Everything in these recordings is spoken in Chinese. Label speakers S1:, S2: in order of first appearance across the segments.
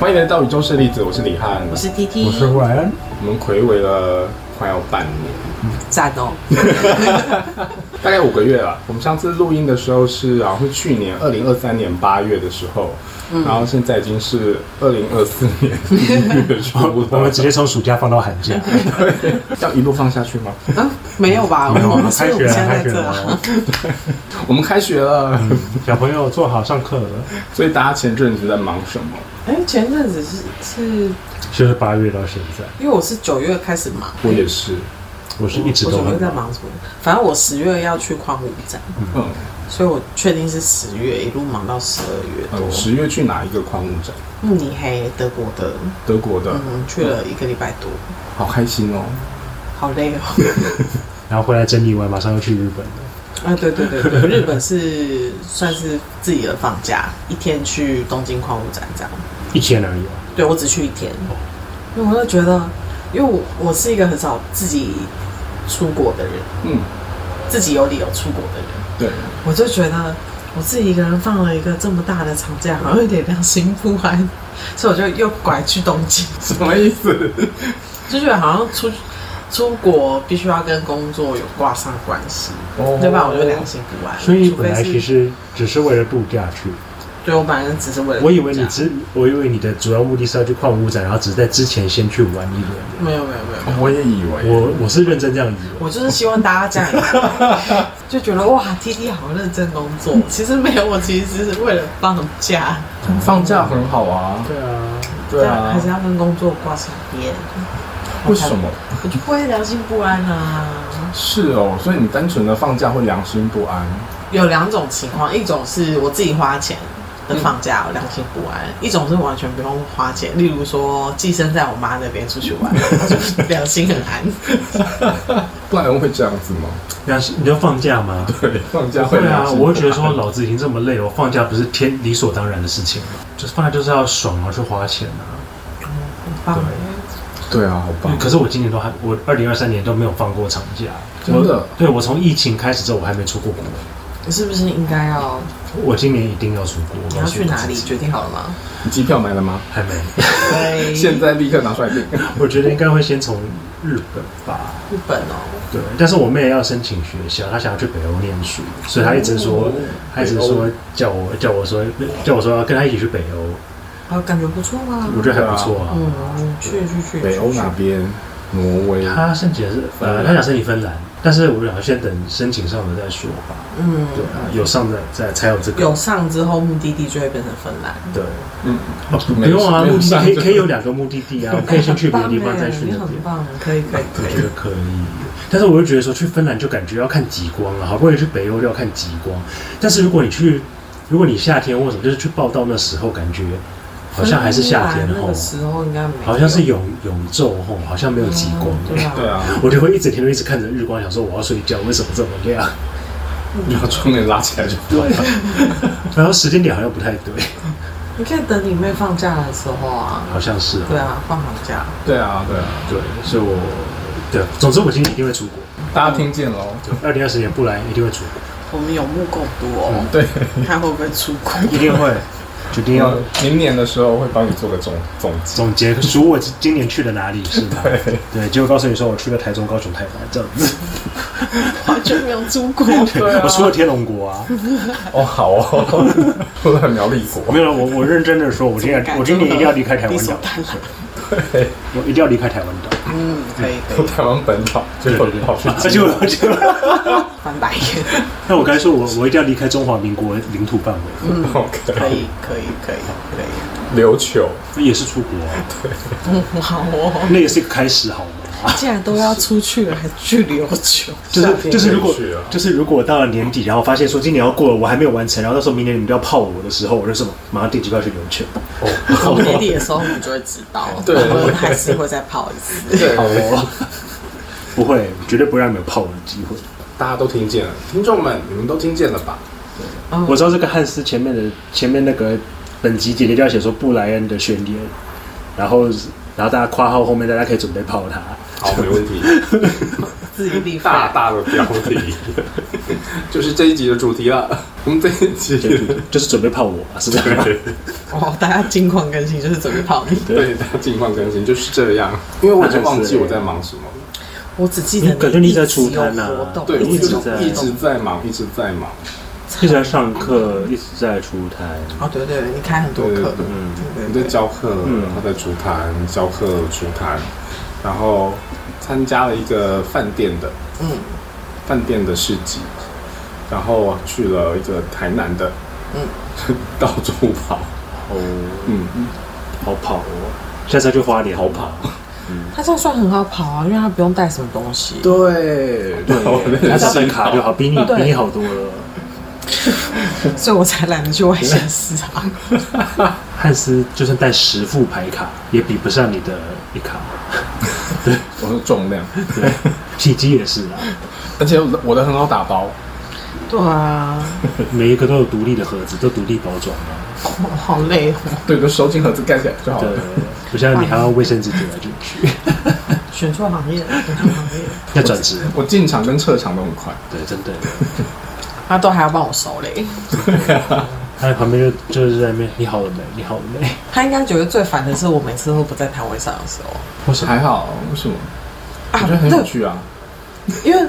S1: 欢迎来到宇宙射粒子，我是李翰，
S2: 我是 T T，
S3: 我是胡莱恩，
S1: 我们暌违了快要半年，
S2: 赞哦，
S1: 大概五个月了。我们上次录音的时候是好像是去年二零二三年八月的时候，然后现在已经是二零二四年一月的时候了。
S3: 我们直接从暑假放到寒假，
S1: 要一路放下去吗？
S2: 啊，没有吧？
S3: 没有
S2: 我
S3: 我
S2: 们
S3: 们
S2: 所以
S3: 开
S2: 我
S3: 学
S2: 们
S3: 了，
S2: 现在
S3: 开
S2: 在
S3: 学
S2: 这啊，
S3: 了，
S1: 我们开学了，
S3: 小朋友做好上课了，
S1: 所以大家前阵子在忙什么？
S2: 哎，前阵子是是
S3: 就是八月到现在，
S2: 因为我是九月开始忙，
S1: 我也是，
S3: 我是一直
S2: 我
S3: 都
S2: 九月
S3: 很
S2: 在
S3: 忙，
S2: 忙什么？反正我十月要去矿物展，
S1: 嗯，
S2: 所以我确定是十月一路忙到十二月
S1: 嗯
S3: 哦
S2: 多。
S1: 十月去哪一个矿物展？
S2: 慕尼黑，德国的，
S1: 德国的，
S2: 嗯，去了一个礼拜多，
S1: 好开心哦！
S2: 好累 哦。
S3: 然后回来整理完，马上要去日本了，
S2: 啊，对对对对，日本是算是自己的放假，一天去东京矿物展这样。
S3: 一天而已啊，
S2: 对我只去一天，
S3: 哦
S2: 因为我就觉得，因为我我是一个很少自己出国的人，
S1: 嗯，
S2: 自己有理由出国的人，
S1: 对，
S2: 我就觉得我自己一个人放了一个这么大的长假，好像有点良心不安，所以我就又拐去东京，
S1: 什么意思？
S2: 就觉得好像出出国必须要跟工作有挂上关系，对吧？我就良心不安，
S3: 哦所以
S2: 除
S3: 本
S2: 非
S3: 来
S2: 是
S3: 其实只是为了度假去，
S2: 对我本来只是为了
S3: 我以为你
S2: 放假
S3: 只，我以为你的主要目的是要去矿物展，然后只是在之前先去玩一轮，
S2: 没有没有没有。没有
S1: 我也以为
S3: 我我是认真这样以为，
S2: 我就是希望大家这样， 就觉得哇，T T 好认真工
S1: 嗯
S2: 作。其实没有，我其实是为了放假，
S1: 放假很好啊，
S3: 对啊，
S1: 对
S2: 这样
S1: 啊
S2: 还，是要跟工作挂上边。
S1: 为什么？
S2: 我就不会良心不安啊。
S1: 是哦，所以你单纯的放假会良心不安。
S2: 有两种情况，一种是我自己花钱的放假，我良心不安；一种是完全不用花钱，例如说寄生在我妈那边 出去玩，我就是良心很安。
S1: 不然会这样子吗？
S3: 那是啊你要放假吗？
S1: 对，放假
S3: 会
S1: 会良
S3: 啊，
S1: 心不安
S3: 我会觉得说，老子已经这么累了，我放假不是天理所当然的事情吗？就是放假就是要爽啊，去花钱啊。
S2: 很棒
S3: 对
S1: 对啊，好棒
S3: 嗯，可是我今年都还，我二零二三年都没有放过长假。
S1: 真的
S3: 我对我从疫情开始之后，我还没出过国。
S2: 你是不是应该要？
S3: 我今年一定要出国。
S2: 你
S3: 我
S2: 要
S3: 告诉
S2: 去
S3: 我自己
S2: 哪里？决定好了吗？
S1: 你机票买了吗？
S3: 还没。
S2: 对
S1: 现在立刻拿出来订。
S3: 我觉得应该会先从日本吧。
S2: 日本哦，
S3: 对，但是我妹要申请学校，她想要去北欧念书，所以她一直说，她一直
S1: 北
S3: 说叫我叫我说叫我说要跟她一起去北欧，
S2: 啊，感觉不错啊。
S3: 我觉得还不错啊。
S2: 嗯，去去去，
S1: 北欧哪边？挪威。
S3: 她申请的是
S1: 芬
S3: 呃，
S1: 兰
S3: 她想申请芬兰，但是我想先等申请上了再说吧。
S2: 嗯，
S3: 对啊，有上的再才有这个。
S2: 有上之后目的地就会变成芬兰，
S3: 对。
S1: 嗯，
S3: 哦，不用啊，
S1: 没有
S3: 目的地
S1: 上
S3: 可以
S1: 就
S3: 可以有两个目的地啊，我可以先去别的地方再去
S2: 你
S3: 那
S2: 很
S3: 边。
S2: 棒，欸可以可以
S3: 我
S2: 可
S3: 觉
S2: 以。
S3: 得可以，但是我又觉得说去芬兰就感觉要看极光了，好不容易去北欧就要看极光，但是如果你去，如果你夏天或什么，就是去报到那时候，感觉好像还是夏天
S2: 芬兰那
S3: 吼
S2: 个，时候应该没有，
S3: 好像是永永昼吼，好像没有极光。
S2: 嗯对啊，
S1: 对啊，
S3: 我就会一整天都一直看着日光，想说我要睡觉，为什么这么亮？
S1: 你把窗帘拉起来就好。
S3: 对，然后时间点好像不太对，
S2: 你可以等你妹放假的时候啊，
S3: 好像是哦
S2: 对啊，放寒假，
S1: 对啊，对啊，
S3: 对，所以我对，总之我今年一定会出国。
S1: 大家听见哦喽。
S3: 二零二十年不来一定会出
S2: 我
S3: 国，
S2: 们有目共睹
S3: 嗯
S2: 哦，
S1: 对，
S2: 看会不会出国。
S3: 一定会，决定要
S1: 明年的时候会帮你做个总总结。
S3: 总结数我今年去了哪里是吗？对，结果告诉你说我去了台中、高雄、台南这样子，
S2: 完全没有出国，
S1: 对啊
S3: 我出了天龙国啊。
S1: 哦，好 哦，我在苗栗国。
S3: 没有，我我认真的说，我今年 我今年一定要离开台
S2: 理
S3: 湾
S2: 所
S3: 岛，
S2: 当然
S1: 对，
S3: 我一定要离开台湾岛。
S2: 嗯，可以可
S1: 从
S2: 以，
S1: 台湾本 哦岛，结果跑去
S3: 而且我而且我，
S2: 翻白眼，
S3: 那我该说我我一定要离开中华民国领土范围，
S2: 嗯，可
S1: OK，
S2: 以可以可以可以，
S1: 琉球。
S3: 那也是出国啊，
S2: 嗯，好哦。
S3: 那也是一个开始好吗？
S2: 既然都要出去了，还去琉球，
S3: 就是就是如果
S1: 夏天可以去啊
S3: 就是如果到了年底，然后发现说今年要过了，我还没有完成，然后到时候明年你们就要泡我的时候，我就什么马上订机票去琉球。
S2: 我年底的时候我们就会知道，
S1: 对
S2: 我们还是会再泡一次。
S1: 对
S3: 好 哦，不会，绝对不会让你们泡我的机会。
S1: 大家都听见了，听众们，你们都听见了吧？
S2: 嗯
S3: 我知道这个汉斯前面的前面那个本集姐姐就要写说布莱恩的宣言，然后然后大家括号后面大家可以准备泡他。
S1: 好，没问题。
S2: 自己 立
S1: 大
S2: 法，
S1: 大的标题就是这一集的主题了。 我们这一集
S3: 对 对对，就是准备泡我吧，是这样吗？
S2: 哦，大家近况更新就是准备泡你，
S1: 对它近况更新就是这样，因为我已经忘记我在忙什么了。
S2: 我只记得
S3: 你感觉
S2: 你
S3: 你
S2: 一
S3: 在
S2: 直
S3: 出
S2: 有
S3: 摊啊
S2: 活动，
S1: 对，
S2: 一
S1: 我
S2: 直
S1: 就
S2: 有
S3: 一直在
S1: 一
S2: 活
S1: 直
S2: 动。
S1: 在忙，一直在忙。
S3: 一直在上课，一直在出摊，
S2: 哦，对对，你开很多
S1: 对对
S2: 课，
S1: 对
S3: 嗯，
S1: 我
S2: 对
S1: 在
S2: 对对，
S1: 教课，然后在出摊，教课出摊，然后参加了一个饭店的
S2: 嗯
S1: 饭店的市集，然后去了一个台南的，
S2: 嗯，
S1: 到处跑，
S3: 哦，
S1: 嗯，
S3: 好跑哦，下次要去花莲好跑，
S2: 他这样算很好跑啊，因为他不用带什么东西。
S1: 对，
S3: 对，他
S1: 啊
S3: 信卡就好，比你
S2: 对
S3: 比你好多了。
S2: 所以我才懒得去外县市 啊。
S3: 汉斯就算带十副牌卡，也比不上你的一卡。
S1: 我的重量，
S3: 对， 体积也是啦，啊
S1: 而且我的我的很好打包，
S2: 对啊，
S3: 每一个都有独立的盒子，都独立包装啊。
S2: 我 好累哦，
S1: 对，就收进盒子盖起来就好
S3: 对
S1: 了。，
S3: 不像你还要卫生纸丢来丢去，
S2: 选错行业了，选错行业了，
S3: 要转职。
S1: 我进场跟撤场都很快，
S3: 对，真的。
S2: 他都还要帮我收嘞。
S3: 他在旁边就就是在那边，你好了没？你好了没？
S2: 他应该觉得最烦的是我每次都不在摊位上的时候
S3: 为什么？
S1: 还好，为什么？我
S2: 啊
S1: 觉得很有
S2: 对，
S1: 趣啊，
S2: 因为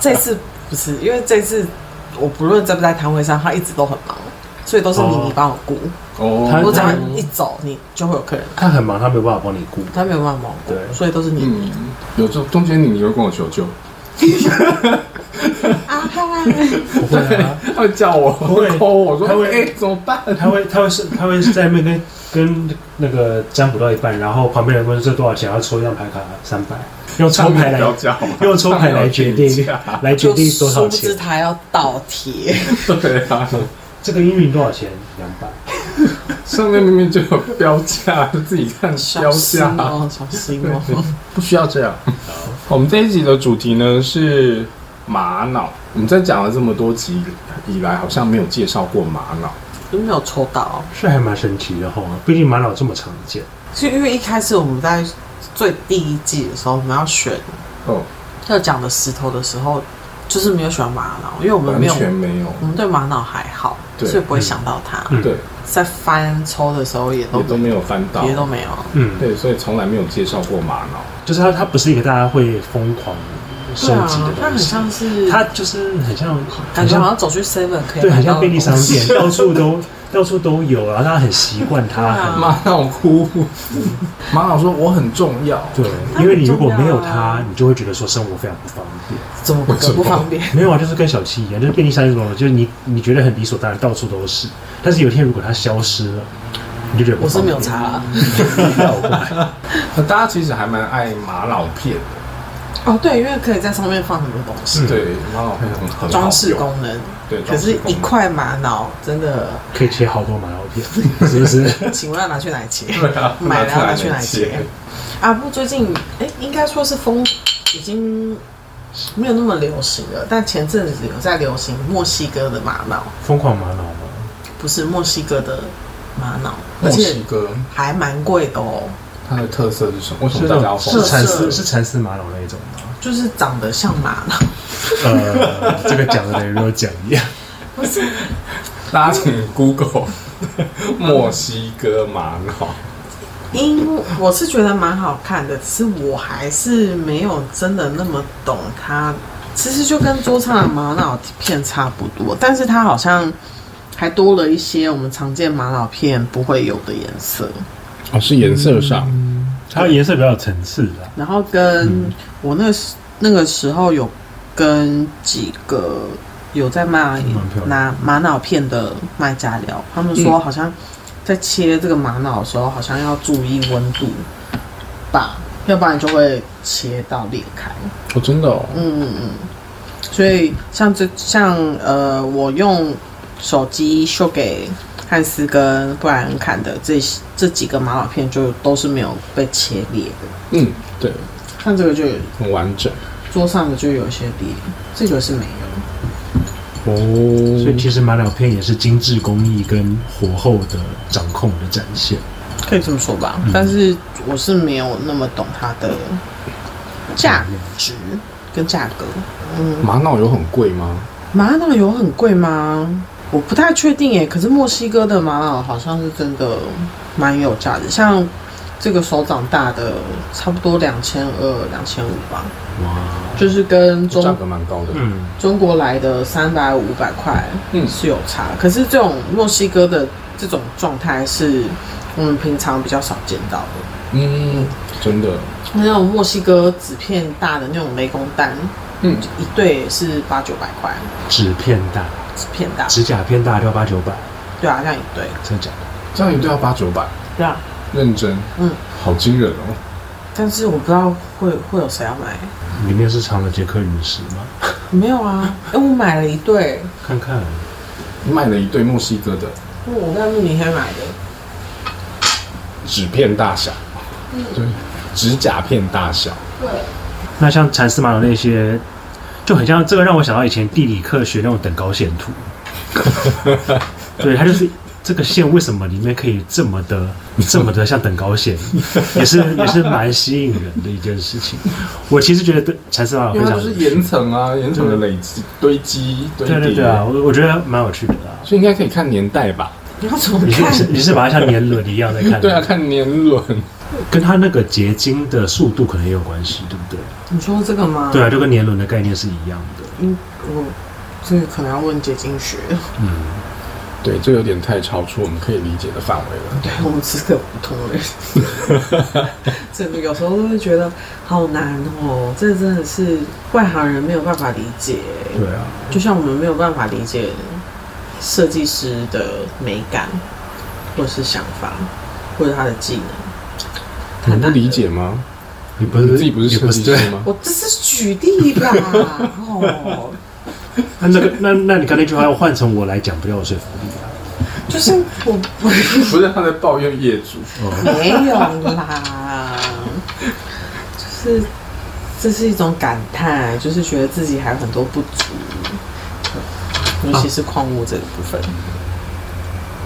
S2: 这次不是，因为这次我不论在不在摊位上，他一直都很忙，所以都是你
S3: 哦
S2: 你帮我顾，
S3: 他
S1: 哦，
S2: 我只要
S3: 他
S2: 一走，你就会有客人来，
S3: 他很忙，他没有办法帮你顾。
S2: 他没有办法帮我顾，
S3: 对
S2: 所以都是你
S1: 嗯，有中中间你就跟我求救，
S2: 啊嗨，
S3: 不会啊，
S1: 他会叫我，
S3: 会
S1: 会 call 我说
S3: 他会
S1: 哎怎么办？
S3: 他会他会是他会在那边跟跟那个占卜到一半，然后旁边人问这多少钱，要抽一张牌卡三百，用抽牌来
S1: 不要叫，
S3: 用抽牌来决定来决
S2: 就
S3: 定多
S2: 殊
S3: 少
S2: 不知
S3: 钱。
S2: 他要倒贴，
S1: 对啊，
S3: 这个音韵多少钱？两百。
S1: 上面明明就有标价， 就自己看标
S2: 小心
S1: 价，
S2: 哦，小心哦。
S1: 不需要这样。我们这一集的主题呢是玛瑙。我们在讲了这么多集以来，好像没有介绍过玛瑙。
S2: 都没有抽到，
S3: 是还蛮神奇的哈，毕竟玛瑙这么常见，
S2: 是因为一开始我们在最第一季的时候，我们要选
S1: 哦，
S2: 要讲的石头的时候，就是没有选玛瑙，因为我们
S1: 完
S2: 没有，
S1: 全没有。
S2: 我们对玛瑙还好，
S1: 对
S2: 所以不会想到它。
S3: 嗯
S1: 对，
S2: 在翻抽的时候也都
S1: 也都没有翻到
S2: 也。都没有，
S3: 嗯，
S1: 对，所以从来没有介绍过玛瑙。
S3: 就是它它不是一个大家会疯狂收
S2: 对啊
S3: 集的，
S2: 它
S3: 东
S2: 很
S3: 西，
S2: 像是，
S3: 它就是很像，
S2: 感
S3: 很
S2: 觉好
S3: 像
S2: 像走去 Seven 可以
S3: 对，很
S2: 买到
S3: 像
S2: 的
S3: 便利商
S2: 东西
S3: 店，到处都到处都有，然后大家很习惯它，
S2: 对啊
S3: 很
S1: 玛瑙哭，嗯玛瑙说我很重要。
S3: 对，因为你如果没有
S2: 啊
S3: 它，你就会觉得说生活非常不方便。
S2: 怎么
S1: 为什么
S2: 个不方便？
S3: 没有啊，就是跟小七一样，就是便利商店这种，就是你你觉得很理所当然，到处都是。但是有一天如果它消失了，你就觉得不
S2: 我是
S3: 方
S2: 没
S3: 便
S2: 有查啊啦。
S3: 倒过来
S1: 呃 大家其实还蛮爱玛瑙片的，
S2: 哦，对，因为可以在上面放很多东西，
S3: 嗯
S1: 对，玛瑙片很很好
S2: 装饰
S1: 用
S2: 功能。
S1: 对，
S2: 可
S1: 装饰
S2: 是，
S1: 功
S2: 一
S1: 能
S2: 块玛瑙真的，
S3: 可以切好多马尿片，是不是？
S2: 请问要拿去哪里切？
S1: 对啊，
S2: 买了要拿去哪
S1: 来
S2: 里切？阿布最近，哎、应该说是风已经没有那么流行了，但前阵子有在流行墨西哥的玛瑙，
S3: 疯狂玛瑙吗？
S2: 不是墨西哥的玛瑙，而
S1: 墨
S2: 且
S1: 西哥
S2: 还蛮贵的哦，
S1: 它的特色是什么？为什
S3: 是
S1: 么大
S3: 那
S1: 家要
S3: 种
S1: 疯
S2: 特色
S3: 是蚕丝是蚕丝玛瑙那一种吗？
S2: 就是长得像玛瑙，
S3: 呃，这个讲的等于没有讲一样。
S2: 不是
S1: 大家请 Google 墨西哥玛瑙，
S2: 因我是觉得蛮好看的，只是我还是没有真的那么懂它。其实就跟桌上的玛瑙片差不多，但是它好像还多了一些我们常见玛瑙片不会有的颜色，
S1: 哦，是颜色上，
S3: 它的颜色比较有层次的，
S2: 然后跟我那时那个时候有跟几个有在卖
S3: 蛮漂亮
S2: 拿玛瑙片的卖家聊，他们说好像在切这个玛瑙的时候，好像要注意温度吧，要不然就会切到裂开。
S1: 哦，真的哦，
S2: 嗯嗯嗯。所以像这像呃，我用手机秀给汉斯跟布莱恩看的这这几个玛瑙片，就都是没有被切裂的。
S1: 嗯，对，
S2: 像这个就有
S1: 很完整
S2: 桌上的就有一些裂，这个是没有。
S1: 哦，
S3: 所以其实玛瑙片也是精致工艺跟火候的掌控的展现。
S2: 可以这么说吧，但是我是没有那么懂它的价值跟价格。
S1: 嗯玛瑙有很贵吗？
S2: 玛瑙油很贵吗？我不太确定耶。可是墨西哥的玛瑙好像是真的蛮有价值，像这个手掌大的，差不多两千二、两千五吧，
S3: 哇，
S2: 就是跟
S1: 价
S2: 中
S1: 格蛮高的。
S3: 嗯，
S2: 中国来的三百五百块
S1: 嗯
S2: 是有差。可是这种墨西哥的这种状态是我们平常比较少见到的。
S1: 嗯，真的，
S2: 那种墨西哥纸片大的那种雷公蛋，
S1: 嗯，
S2: 一对也是八九百块，
S3: 纸片大，
S2: 纸片大，
S3: 指甲片大都要八九百，
S2: 对啊，这样一对，
S3: 真的假的？
S1: 这样一对要八九百，
S2: 对啊。
S1: 认真，
S2: 嗯，
S1: 好惊人哦。
S2: 但是我不知道会会有谁要买，
S3: 里面是藏了杰克陨石吗？
S2: 没有啊，哎、我买了一对，
S3: 看看，
S1: 你买了一对墨西哥的
S2: 我在慕尼黑买的，
S1: 纸片大小，对，指甲片大小，
S3: 那像蚕丝玛瑙那些，就很像这个让我想到以前地理课学那种等高线 图，对，它就是这个线为什么里面可以这么 的这么的像等高线，也是也是蛮吸引人的一件事情。我其实觉得蚕丝玛瑙
S1: 因为
S3: 非
S1: 它
S3: 常
S1: 就是岩层啊，岩层的累积、堆积、堆叠，
S3: 对对对啊，我我觉得蛮有趣的啦。
S1: 所以应该可以看年代吧？
S2: 你要怎么
S3: 你是你
S2: 看？
S3: 是你是把它像年轮一样在看，
S1: 对啊，，看年轮，
S3: 跟它那个结晶的速度可能也有关系，对不对？
S2: 你说这个吗？
S1: 嗯
S3: 对啊，就跟年轮的概念是一样的。
S2: 嗯，我这个可能要问结晶学，
S3: 嗯，
S1: 对，这有点太超出我们可以理解的范围了。
S2: 对我们是个普通人，真的 有时候会觉得好难哦，这真的是外行人没有办法理解，
S3: 对啊，
S2: 就像我们没有办法理解设计师的美感，或是想法，或者他的技能。
S1: 你不理解吗？
S3: 你不
S1: 你
S3: 是
S1: 自己嗯不是设计
S3: 对啊
S1: 师吗？
S2: 我这是举例啦，哦，
S3: 那那个那那你刚那句话要换成我来讲，比较有说服力啊。
S2: 就是我
S1: 不是他在抱怨业主，
S2: 没有啦，就是这是一种感叹，就是觉得自己还有很多不足，尤其是矿物这个部分。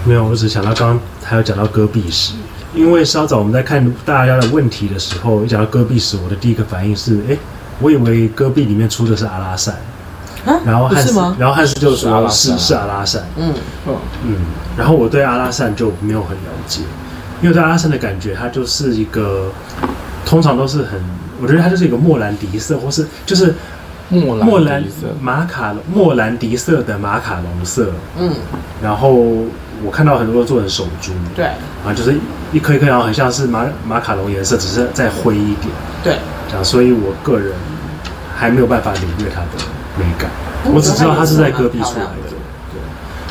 S3: 没有，我只想到刚刚还有讲到戈壁石，因为稍早我们在看大家的问题的时候，一讲到戈壁石，我的第一个反应是，哎，我以为戈壁里面出的是阿拉善，
S2: 啊
S3: 然后
S2: 不
S3: 汉
S2: 是
S3: 斯
S2: 吗，？
S3: 然后汉斯就说
S1: 是阿拉善
S3: 是
S1: 啊
S3: 是阿拉善，
S2: 嗯，
S1: 嗯，
S3: 嗯，然后我对阿拉善就没有很了解，因为对阿拉善的感觉，它就是一个通常都是很，我觉得它就是一个莫兰迪色，或是就是
S1: 莫兰
S3: 莫兰
S1: 迪色
S3: 马卡龙莫兰迪色的马卡龙色，
S2: 嗯，
S3: 然后我看到很多人做成手珠，
S2: 对
S3: 啊，就是一颗一颗，然后很像是马马卡龙颜色，只是再灰一点，
S2: 对，
S3: 这样，所以我个人还没有办法领略它的美感，
S2: 嗯
S3: 我只知道它是在戈壁
S2: 我觉
S3: 出
S2: 得它
S3: 来
S2: 也是蛮漂亮的，
S3: 的对，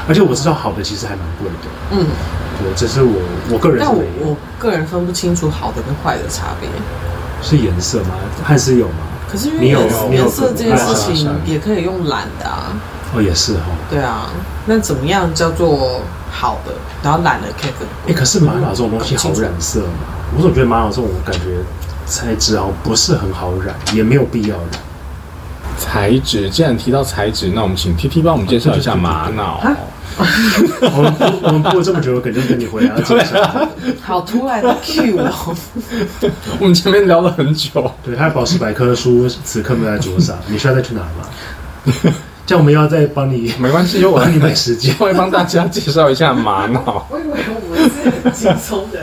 S3: 而且我知道好的其实还蛮贵的，
S2: 嗯，
S3: 对，这是我我个人
S2: 但
S3: 是
S2: 我
S3: 没有
S2: 我个人分不清楚好的跟坏的差别。
S3: 是颜色吗？汉斯有吗？
S2: 可是因
S3: 你
S2: 为
S3: 有
S2: 颜
S3: 你有
S2: 颜色这件事
S1: 看
S2: 情
S1: 过
S2: 也可以用蓝的啊，
S3: 哦，也是哈、哦，
S2: 对啊，那怎么样叫做好的？然后懒的可以分
S3: 哎、 可是玛瑙这种东西好染色吗？我总觉得玛瑙这种感觉材质好像不是很好染，也没有必要染。
S1: 材质，既然提到材质，那我们请 T T 帮我们介绍一下玛瑙。
S2: 啊
S3: 我们我们过了这么久，我肯定跟你回答介
S1: 啊
S3: 绍。
S2: 好突然的 Q 哦，
S1: 我们前面聊了很久，
S3: 对，还有宝石百科书，此刻没有在桌上，你需要再去拿吗？这样我们要再帮你
S1: 没关系，我
S3: 帮你买时间。
S1: 会帮大家介绍一下玛瑙。
S2: 我以为我们是 很轻松的，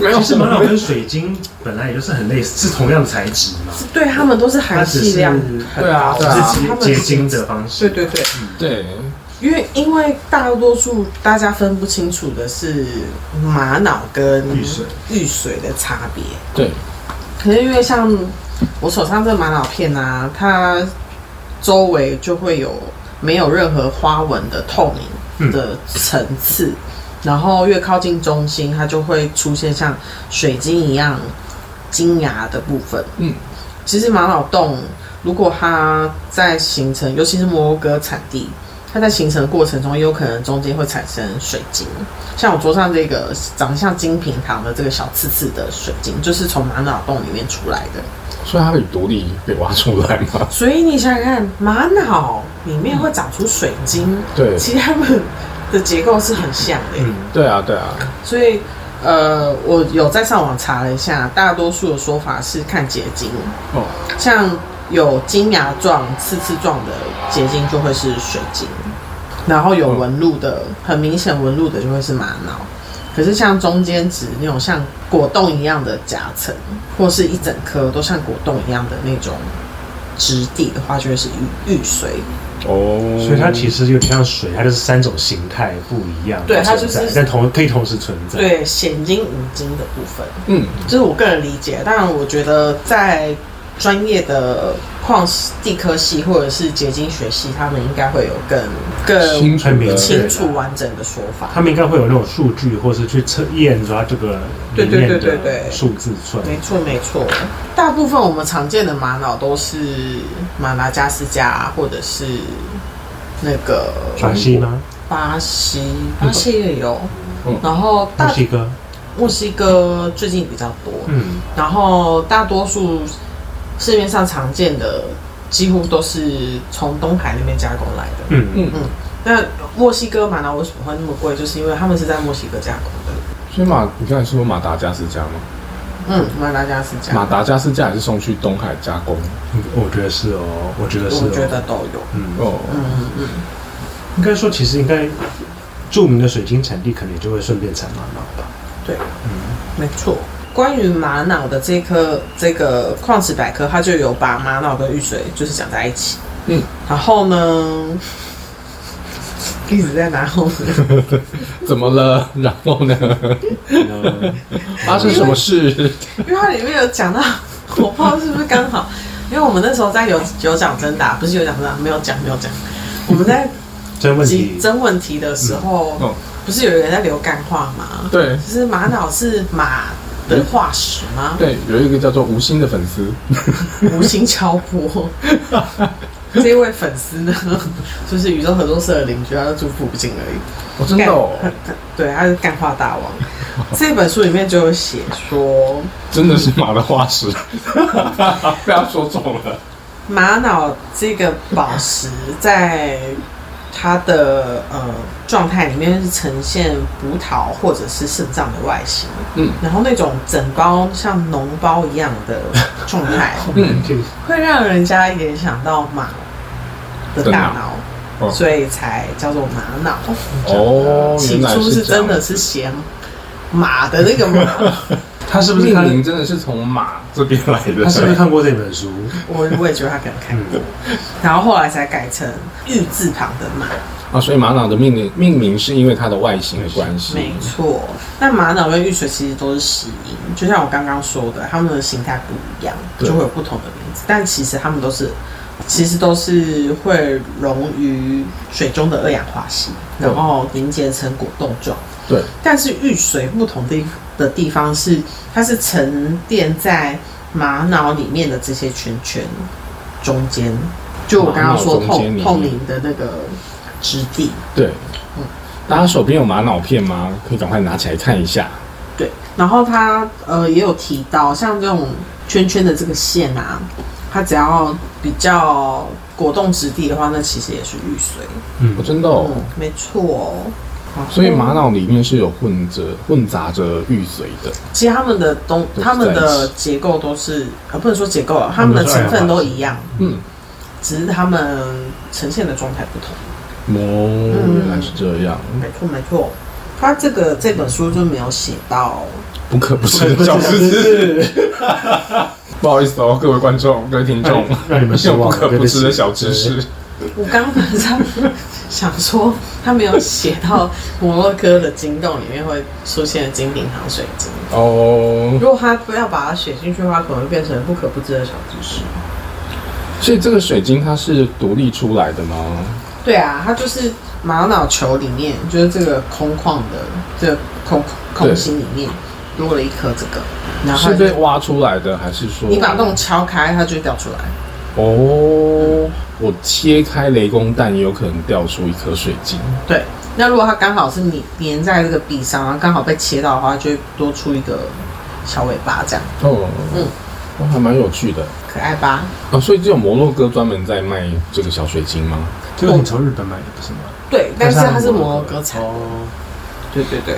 S1: 没有
S3: 其实玛瑙跟水晶本来也就是很类似，是同样材质嘛，
S2: 对他们都是
S3: 它
S2: 含
S3: 只
S2: 气
S3: 是
S2: 量，
S1: 对啊对啊
S3: 只是结结晶的方式
S2: 对。对对，
S1: 对，
S2: 因为因为大多数大家分不清楚的是玛瑙跟
S3: 玉髓
S2: 玉髓的差别，
S1: 对，
S2: 可是因为像我手上这玛瑙片啊，它周围就会有没有任何花纹的透明
S3: 嗯
S2: 的层次，然后越靠近中心，它就会出现像水晶一样晶牙的部分。
S1: 嗯，
S2: 其实玛瑙洞如果它在形成，尤其是摩洛哥产地，它在形成的过程中，也有可能中间会产生水晶。像我桌上这个长得像金瓶糖的这个小刺刺的水晶，就是从玛瑙洞里面出来的。
S1: 所以它可以独立被挖出来 吗？
S2: 所以你想想看，玛瑙里面会长出水晶，
S1: 对，
S2: 其实它们的结构是很像的、
S3: 嗯，
S1: 对啊，对啊，
S2: 所以，呃，我有在上网查了一下，大多数的说法是看结晶，
S1: 哦，
S2: 像有金牙状、刺刺状的结晶就会是水晶。然后有纹路的，很明显纹路的就会是玛瑙。可是像中间值那种像果冻一样的夹层，或是一整颗都像果冻一样的那种质地的话，就会是玉玉髓。
S1: 哦，
S4: 所以它其实有点像水，它就是三种形态不一样，
S2: 对它就是
S4: 但同可以同时存在。，
S2: 对显金、五金的部分，
S1: 嗯，
S2: 这是我个人理解。当然，我觉得在专业的矿石地科系或者是结晶学系，他们应该会有更更
S1: 清楚
S4: 很明
S1: 的
S4: 显
S2: 清楚完整的说法。
S4: 他们应该会有那种数据，或是去测验出它这个里面
S2: 对对对对对
S4: 的数字出来。
S2: 没错，没错。大部分我们常见的玛瑙都是马达加斯加或者是那个
S4: 巴西吗？
S2: 巴西，巴西也有。
S1: 嗯
S2: 然后
S4: 墨
S2: 大
S4: 西哥？
S2: 墨西哥最近比较多，
S4: 嗯，
S2: 然后大多数市面上常见的几乎都是从东海那边加工来的。
S4: 嗯
S1: 嗯
S2: 那墨西哥玛瑙为什么会那么贵？就是因为他们是在墨西哥加工的。
S1: 所以马，你刚才说马达加斯加吗？
S2: 嗯，马达加斯加，
S1: 马达加斯加也是送去东海加工
S4: 嗯我觉得是哦，我觉得是、哦，
S2: 我觉得都有。
S4: 嗯，
S1: 哦，
S2: 嗯嗯，
S4: 应该说其实应该著名的水晶产地可能也就会顺便产玛瑙吧。
S2: 对，
S1: 嗯
S2: 没错。关于玛瑙的这颗这个矿石百科，它就有把玛瑙跟玉髓就是讲在一起。
S1: 嗯，
S2: 然后呢， 一直在拿后面，
S1: 怎么了？ 然后呢？
S4: 嗯
S1: 发生什么事？
S2: 因为它里面有讲到，我不知道是不是刚好，因为我们那时候在有有奖征答，不是有奖征答，没有讲没有讲，我们在
S4: 这问
S2: 集
S4: 题
S2: 争问题的时候，
S1: 嗯嗯
S2: 不是有人在留干话吗？
S1: 对
S2: 就是玛瑙是马的化石吗？
S1: 对，有一个叫做吴昕的粉丝，
S2: 无心敲破。这位粉丝呢，就是宇宙合作社的邻居，他就住附近而已。
S1: 哦，真的哦，
S2: 干对，他是干话大王。这本书里面就有写说，
S1: 真的是马的化 石，被他说中了。
S2: 玛瑙这个宝石在它的呃状态里面是呈现葡萄或者是肾脏的外形，
S1: 嗯
S2: 然后那种整包像脓包一样的状态，
S1: 嗯，
S2: 会让人家联想到马的大
S1: 真的
S2: 脑，
S1: 哦
S2: 所以才叫做玛瑙。
S1: 哦，
S2: 起
S1: 原来
S2: 初是
S1: 这
S2: 真
S1: 样
S2: 的。是写马的那个 马，
S4: 他是不是
S1: 命
S4: 看
S1: 名真的是从马这边来的？
S4: 他是不是看过这本书？
S2: 我我也觉得他可能看过
S4: 嗯，
S2: 然后后来才改成玉字旁的马。
S1: 啊，所以玛瑙的命名命名是因为它的外形的关系。
S2: 没错，那玛瑙跟玉髓其实都是石英，就像我刚刚说的，它们的形态不一样，
S1: 对
S2: 就会有不同的名字，但其实它们都是，其实都是会溶于水中的二氧化矽，
S1: 对
S2: 然后凝结成果冻状。
S1: 对，
S2: 但是玉髓不同的的地方是，它是沉淀在玛瑙里面的这些圈圈中间，就我刚刚说
S1: 玛瑙
S2: 透
S1: 中间里面
S2: 透明的那个质地。
S1: 对，大家手边有玛瑙片吗？可以赶快拿起来看一下。
S2: 对，然后他呃也有提到，像这种圈圈的这个线啊，它只要比较果冻质地的话，那其实也是玉髓。
S1: 哦，
S4: 嗯，
S1: 真的哦。
S2: 嗯，没错哦。
S1: 所以玛瑙里面是有混着混杂着玉髓的。
S2: 其实它们的东，
S1: 都是
S2: 它们
S1: 在一
S2: 的
S1: 起
S2: 结构都是呃不能说结构了，它们的成分都一样，
S1: 嗯，
S2: 只是它们呈现的状态不同。
S1: 哦，原来是这样，
S2: 没错，没错。它这个这本书就没有写到，
S1: 不可不是的小知识。不好意思哦，各位观众、各位听众，
S4: 让你们失
S1: 有不
S4: 望了
S1: 可不知的小知。
S4: 对不
S1: 识。
S2: 我刚本上想说，他没有写到摩洛哥的金洞里面会出现的金鼎糖水晶。
S1: 哦，
S2: 如果他不要把它写进去的话，可能会变成不可不知的小知识。
S1: 所以这个水晶它是独立出来的吗？
S2: 对啊，它就是玛瑙球里面，就是这个空旷的这个空空心里面多了一颗这个，然后
S1: 是被挖出来的，还是说
S2: 你把洞敲开，它就会掉出来。
S1: 哦，我切开雷公蛋也有可能掉出一颗水晶。
S2: 对，那如果它刚好是粘粘在这个壁上，然后刚好被切到的话，就会多出一个小尾巴，这样
S1: 哦，嗯，
S2: 嗯
S1: 哦、还蛮有趣的
S2: 可爱吧？
S1: 啊。所以只有摩洛哥专门在卖这个小水晶吗？
S4: 对这个你从日本买的不是吗？
S2: 对，但是它是摩洛哥产的。
S4: 哦，
S2: 对对对，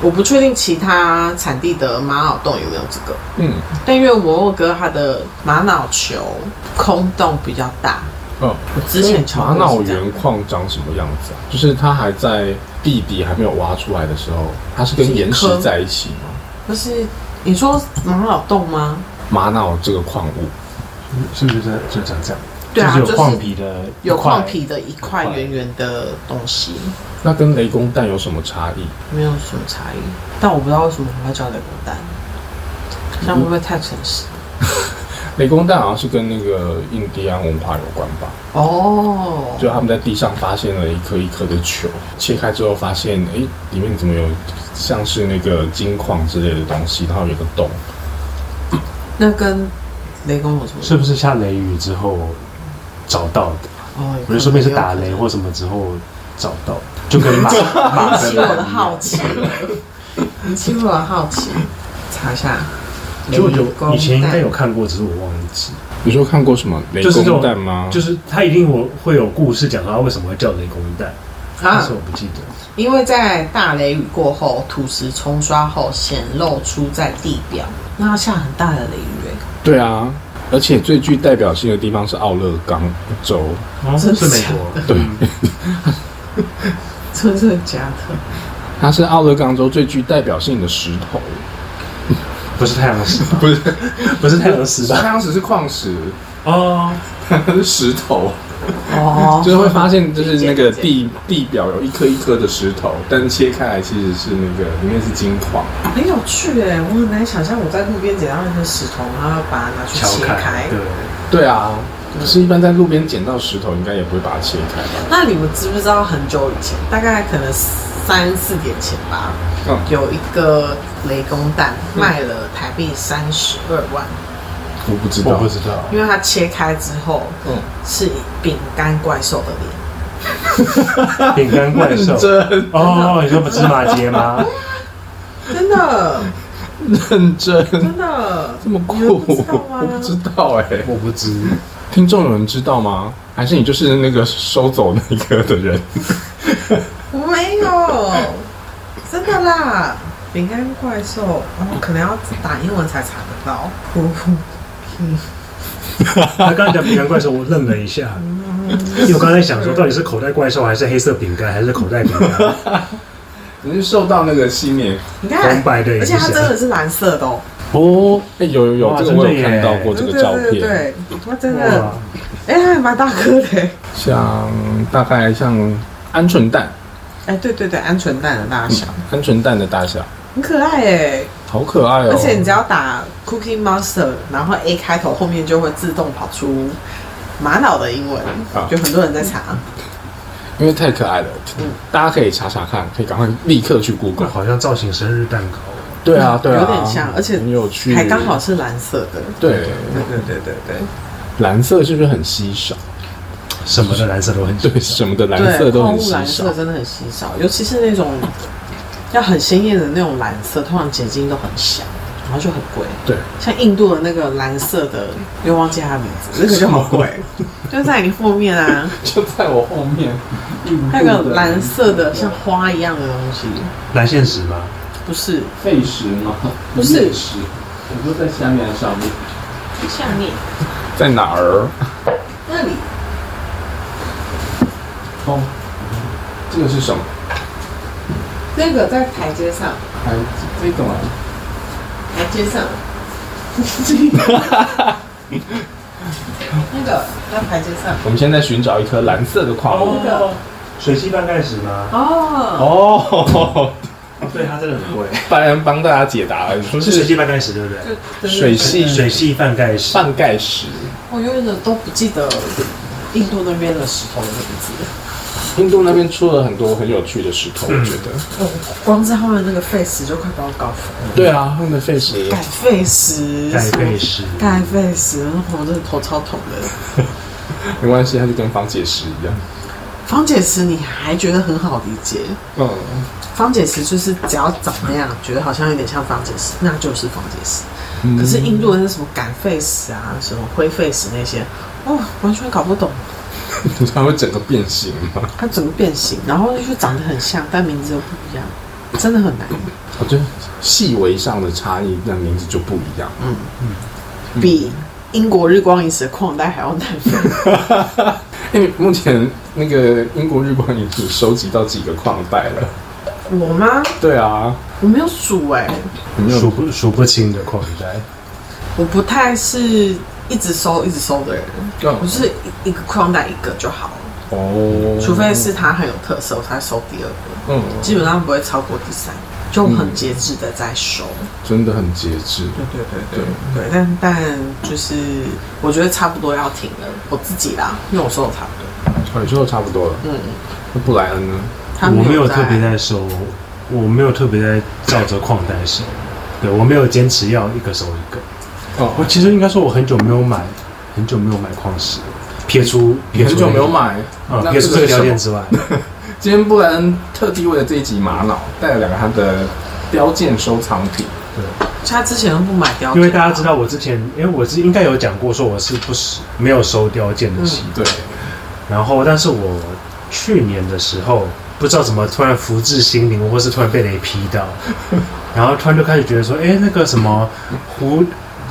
S2: 我不确定其他产地的玛瑙洞有没有这个，
S1: 嗯，
S2: 但因为摩洛哥它的玛瑙球空洞比较大，
S1: 嗯，
S2: 我之前瞧
S1: 玛
S2: 过
S1: 瑙
S2: 是这样
S1: 原矿长什么样子啊？就是它还在地底还没有挖出来的时候，它是跟岩石在一起吗？
S2: 就是你说玛瑙洞吗？
S1: 玛瑙这个矿物，
S4: 是不是真的就长这样？
S2: 对啊，
S4: 就
S2: 就是
S4: 有
S2: 是
S4: 矿皮的一块，
S2: 有矿皮的一块圆圆的东西，
S1: 那跟雷公蛋有什么差异？
S2: 没有什么差异。但我不知道为什么我要叫雷公蛋，这样会不会太诚实？
S1: 雷公蛋好像是跟那个印第安文化有关吧？
S4: 嗯
S2: 哦，
S1: 就他们在地上发现了一颗一颗的球，切开之后发现，诶，里面怎么有像是那个金矿之类的东西，然后有个洞。
S2: 那跟雷公有什么？
S4: 是不是下雷雨之后找到的？
S2: 哦，
S4: 我就说明是打雷
S2: 嗯
S4: 或什么之后找到的，就跟 马马
S2: 引起我的
S4: 的
S2: 好奇， 引起我的好奇，查一下。
S4: 就有
S2: 雷公
S4: 以前应该有
S2: 蛋
S4: 看过，只是我忘记。
S1: 你说看过什么雷
S4: 就是这种
S1: 公蛋吗？
S4: 就是他一定我会有故事讲他为什么会叫雷公蛋，但
S2: 啊
S4: 是，我不记得。
S2: 因为在大雷雨过后，土石冲刷后显露出在地表，那它下很大的雷雨、欸，
S1: 对啊，而且最具代表性的地方是奥勒冈州，
S4: 哦，
S2: 真的
S4: 是美
S2: 假
S4: 国，
S1: 对
S4: 嗯
S2: 真的假的？
S1: 它是奥勒冈州最具代表性的石头，
S4: 不是太阳石吧？
S1: 不是
S4: 不是太阳石
S1: 它
S4: 吧？
S1: 当时是矿石，
S4: 哦，
S1: 它是石头，
S2: 哦
S1: 就是会发现就是那个
S2: 理解
S1: 地地表有一颗一颗的石头，但切开来其实是那个里面是金矿。
S2: 很有趣哎、我很难想象我在路边捡到那些石头，然后把它拿去
S4: 乔
S2: 切
S4: 凯
S2: 开。
S4: 对。
S1: 对啊，可是，一般在路边捡到石头，应该也不会把它切开吧？
S2: 那你们知不知道很久以前，大概可能三四年前吧，
S1: 嗯
S2: 有一个雷公蛋卖了台币三十二万，
S1: 嗯我不知
S4: 我
S1: 道
S4: 不，知道，
S2: 因为它切开之后
S1: 嗯，
S2: 是饼干怪兽的脸。
S4: 饼干怪兽
S1: 认 真
S4: 哦，你说不芝麻街吗？
S2: 真的，
S1: 认真，
S2: 真的，
S1: 这么
S2: 你们
S1: 酷，
S2: 不知道吗
S1: 我不知道哎、
S4: 我不知，
S1: 听众有人知道吗？还是你就是那个收走那个的人？
S2: 我没有，真的啦。饼干怪兽，哦，可能要打英文才查得到。 呼呼
S4: 他刚才讲饼干怪兽，我愣了一下，因为我刚才想说，到底是口袋怪兽，还是黑色饼干，还是口袋饼干？
S1: 你是受到那个西面
S2: 你看，
S4: 红白的也
S2: 而
S4: 是
S2: 且它真的是蓝色的哦。
S1: 哦？哎、有有有，
S4: 哇
S1: 这个我
S4: 真的
S1: 有
S4: 耶
S1: 看到过这个照
S2: 对对
S1: 片，
S2: 对，它真
S4: 哇
S2: 的，，哎、它还蛮大颗的。
S1: 像大概像鹌鹑蛋，
S2: 哎，对对对，鹌鹑蛋的大小，
S1: 鹌鹑蛋的大小，
S2: 很可爱哎。
S1: 好可爱哦！
S2: 而且你只要打 Cookie Monster，然后 A 开头，后面就会自动跑出玛瑙的英文
S1: 啊，
S2: 有很多人在查。
S1: 因为太可爱
S2: 嗯
S1: 了，大家可以查查看，可以赶快立刻去
S4: 那
S1: Google。
S4: 好像造型生日蛋糕。
S1: 对啊，对啊，
S2: 有点像而且
S1: 很有趣，
S2: 还刚好是蓝色的。
S1: 对，
S2: 对对对对对，
S1: 蓝色是不是很稀少？
S4: 什么的蓝色都很喜
S1: 对，
S4: 欢
S1: 什么的蓝
S2: 对，
S1: 色都
S2: 矿
S1: 很
S2: 物
S1: 稀
S2: 蓝
S1: 少
S2: 色。真的很稀少，尤其是那种要很鲜艳的那种蓝色，通常结晶都很小，然后就很贵。
S1: 对，
S2: 像印度的那个蓝色的，又忘记它的名字，那个就好贵，就在你后面啊。
S1: 就在我后面。
S2: 还有个蓝色的像花一样的东西，
S4: 蓝现实吗？
S2: 不是
S1: 废石吗？
S2: 不是面
S1: 石，我说在下面上面，
S2: 下面
S1: 在哪儿？
S2: 那里
S1: 哦，这个是什么？
S2: 那个在台阶上，
S1: 还这个吗？
S2: 台阶 上。那个在台阶上，
S1: 我们现在寻找一颗蓝色的矿物。
S2: 哦，
S4: 水系半盖石吗？
S2: 哦，
S1: 哦，
S4: 对，它真的很贵。
S1: 帮人帮大家解答了，你说
S4: 是水
S1: 是
S4: 系半盖石对不对？
S2: 就
S1: 水系
S4: 水系半盖石，
S1: 半盖石。
S2: 我永远的都不记得印度那边的石头的名字，
S1: 印度那边出了很多很有趣的石头，我觉得。
S2: 我光是他们那个废石就快把我搞疯了。
S1: 对啊，他们的废石
S2: 改废石，
S4: 盖贝石。
S2: 改废石，我真的头超痛的。
S1: 没关系，它就跟方解石一样。
S2: 方解石你还觉得很好理解，
S1: 嗯，
S2: 方解石就是只要长那样，觉得好像有点像方解石，那就是方解石。可是印度的那什么改废石啊，什么灰废石那些，哦，完全搞不懂。
S1: 你知道它会整个变形吗？
S2: 它怎么变形，然后又长得很像，但名字又不一样，真的很难。
S1: 我觉得细微上的差异，那名字就不一样。
S2: 比英国日光影史的矿带还要难分。
S1: 因为目前那个英国日光影只收集到几个矿带了？
S2: 我吗？
S1: 对啊，
S2: 我没有数哎、
S1: 有没
S3: 数
S1: 有？
S3: 不数不清的矿带。
S2: 我不太是一直收一直收的人，我
S1: 嗯
S2: 是一一个矿带一个就好了，
S1: 哦，
S2: 除非是它很有特色，我才收第二个，
S1: 嗯，
S2: 基本上不会超过第三个，就很节制的在收。
S1: 真的很节制。
S2: 对对对对对，但但就是我觉得差不多要停了，我自己啦，因为我收的差不多。
S1: 哦，你说的差不多了。
S2: 嗯，
S1: 那布莱恩呢？
S2: 他
S3: 我没有
S2: 在
S3: 特别在收，我没有特别在照着矿带收，对我没有坚持要一个收一个。我
S1: 哦，
S3: 其实应该说，我很久没有买，很久没有买矿石了，撇除
S1: 你
S3: 撇
S1: 很
S3: 除
S1: 久没有
S3: 那个，
S1: 买，
S3: 嗯，
S1: 那
S3: 撇除这
S1: 是
S3: 个条
S1: 什么
S3: 件之外，
S1: 今天布莱恩特地为了这一集玛瑙带了两个他的标剑收藏品。
S2: 他之前都不买雕，
S3: 因为大家知道我之前，因为我之应该有讲过，说我是不是没有收雕件的习
S1: 对，
S3: 然后，但是我去年的时候，不知道怎么突然福至心灵，或是突然被雷劈 到，然后突然就开始觉得说，哎，那个什么胡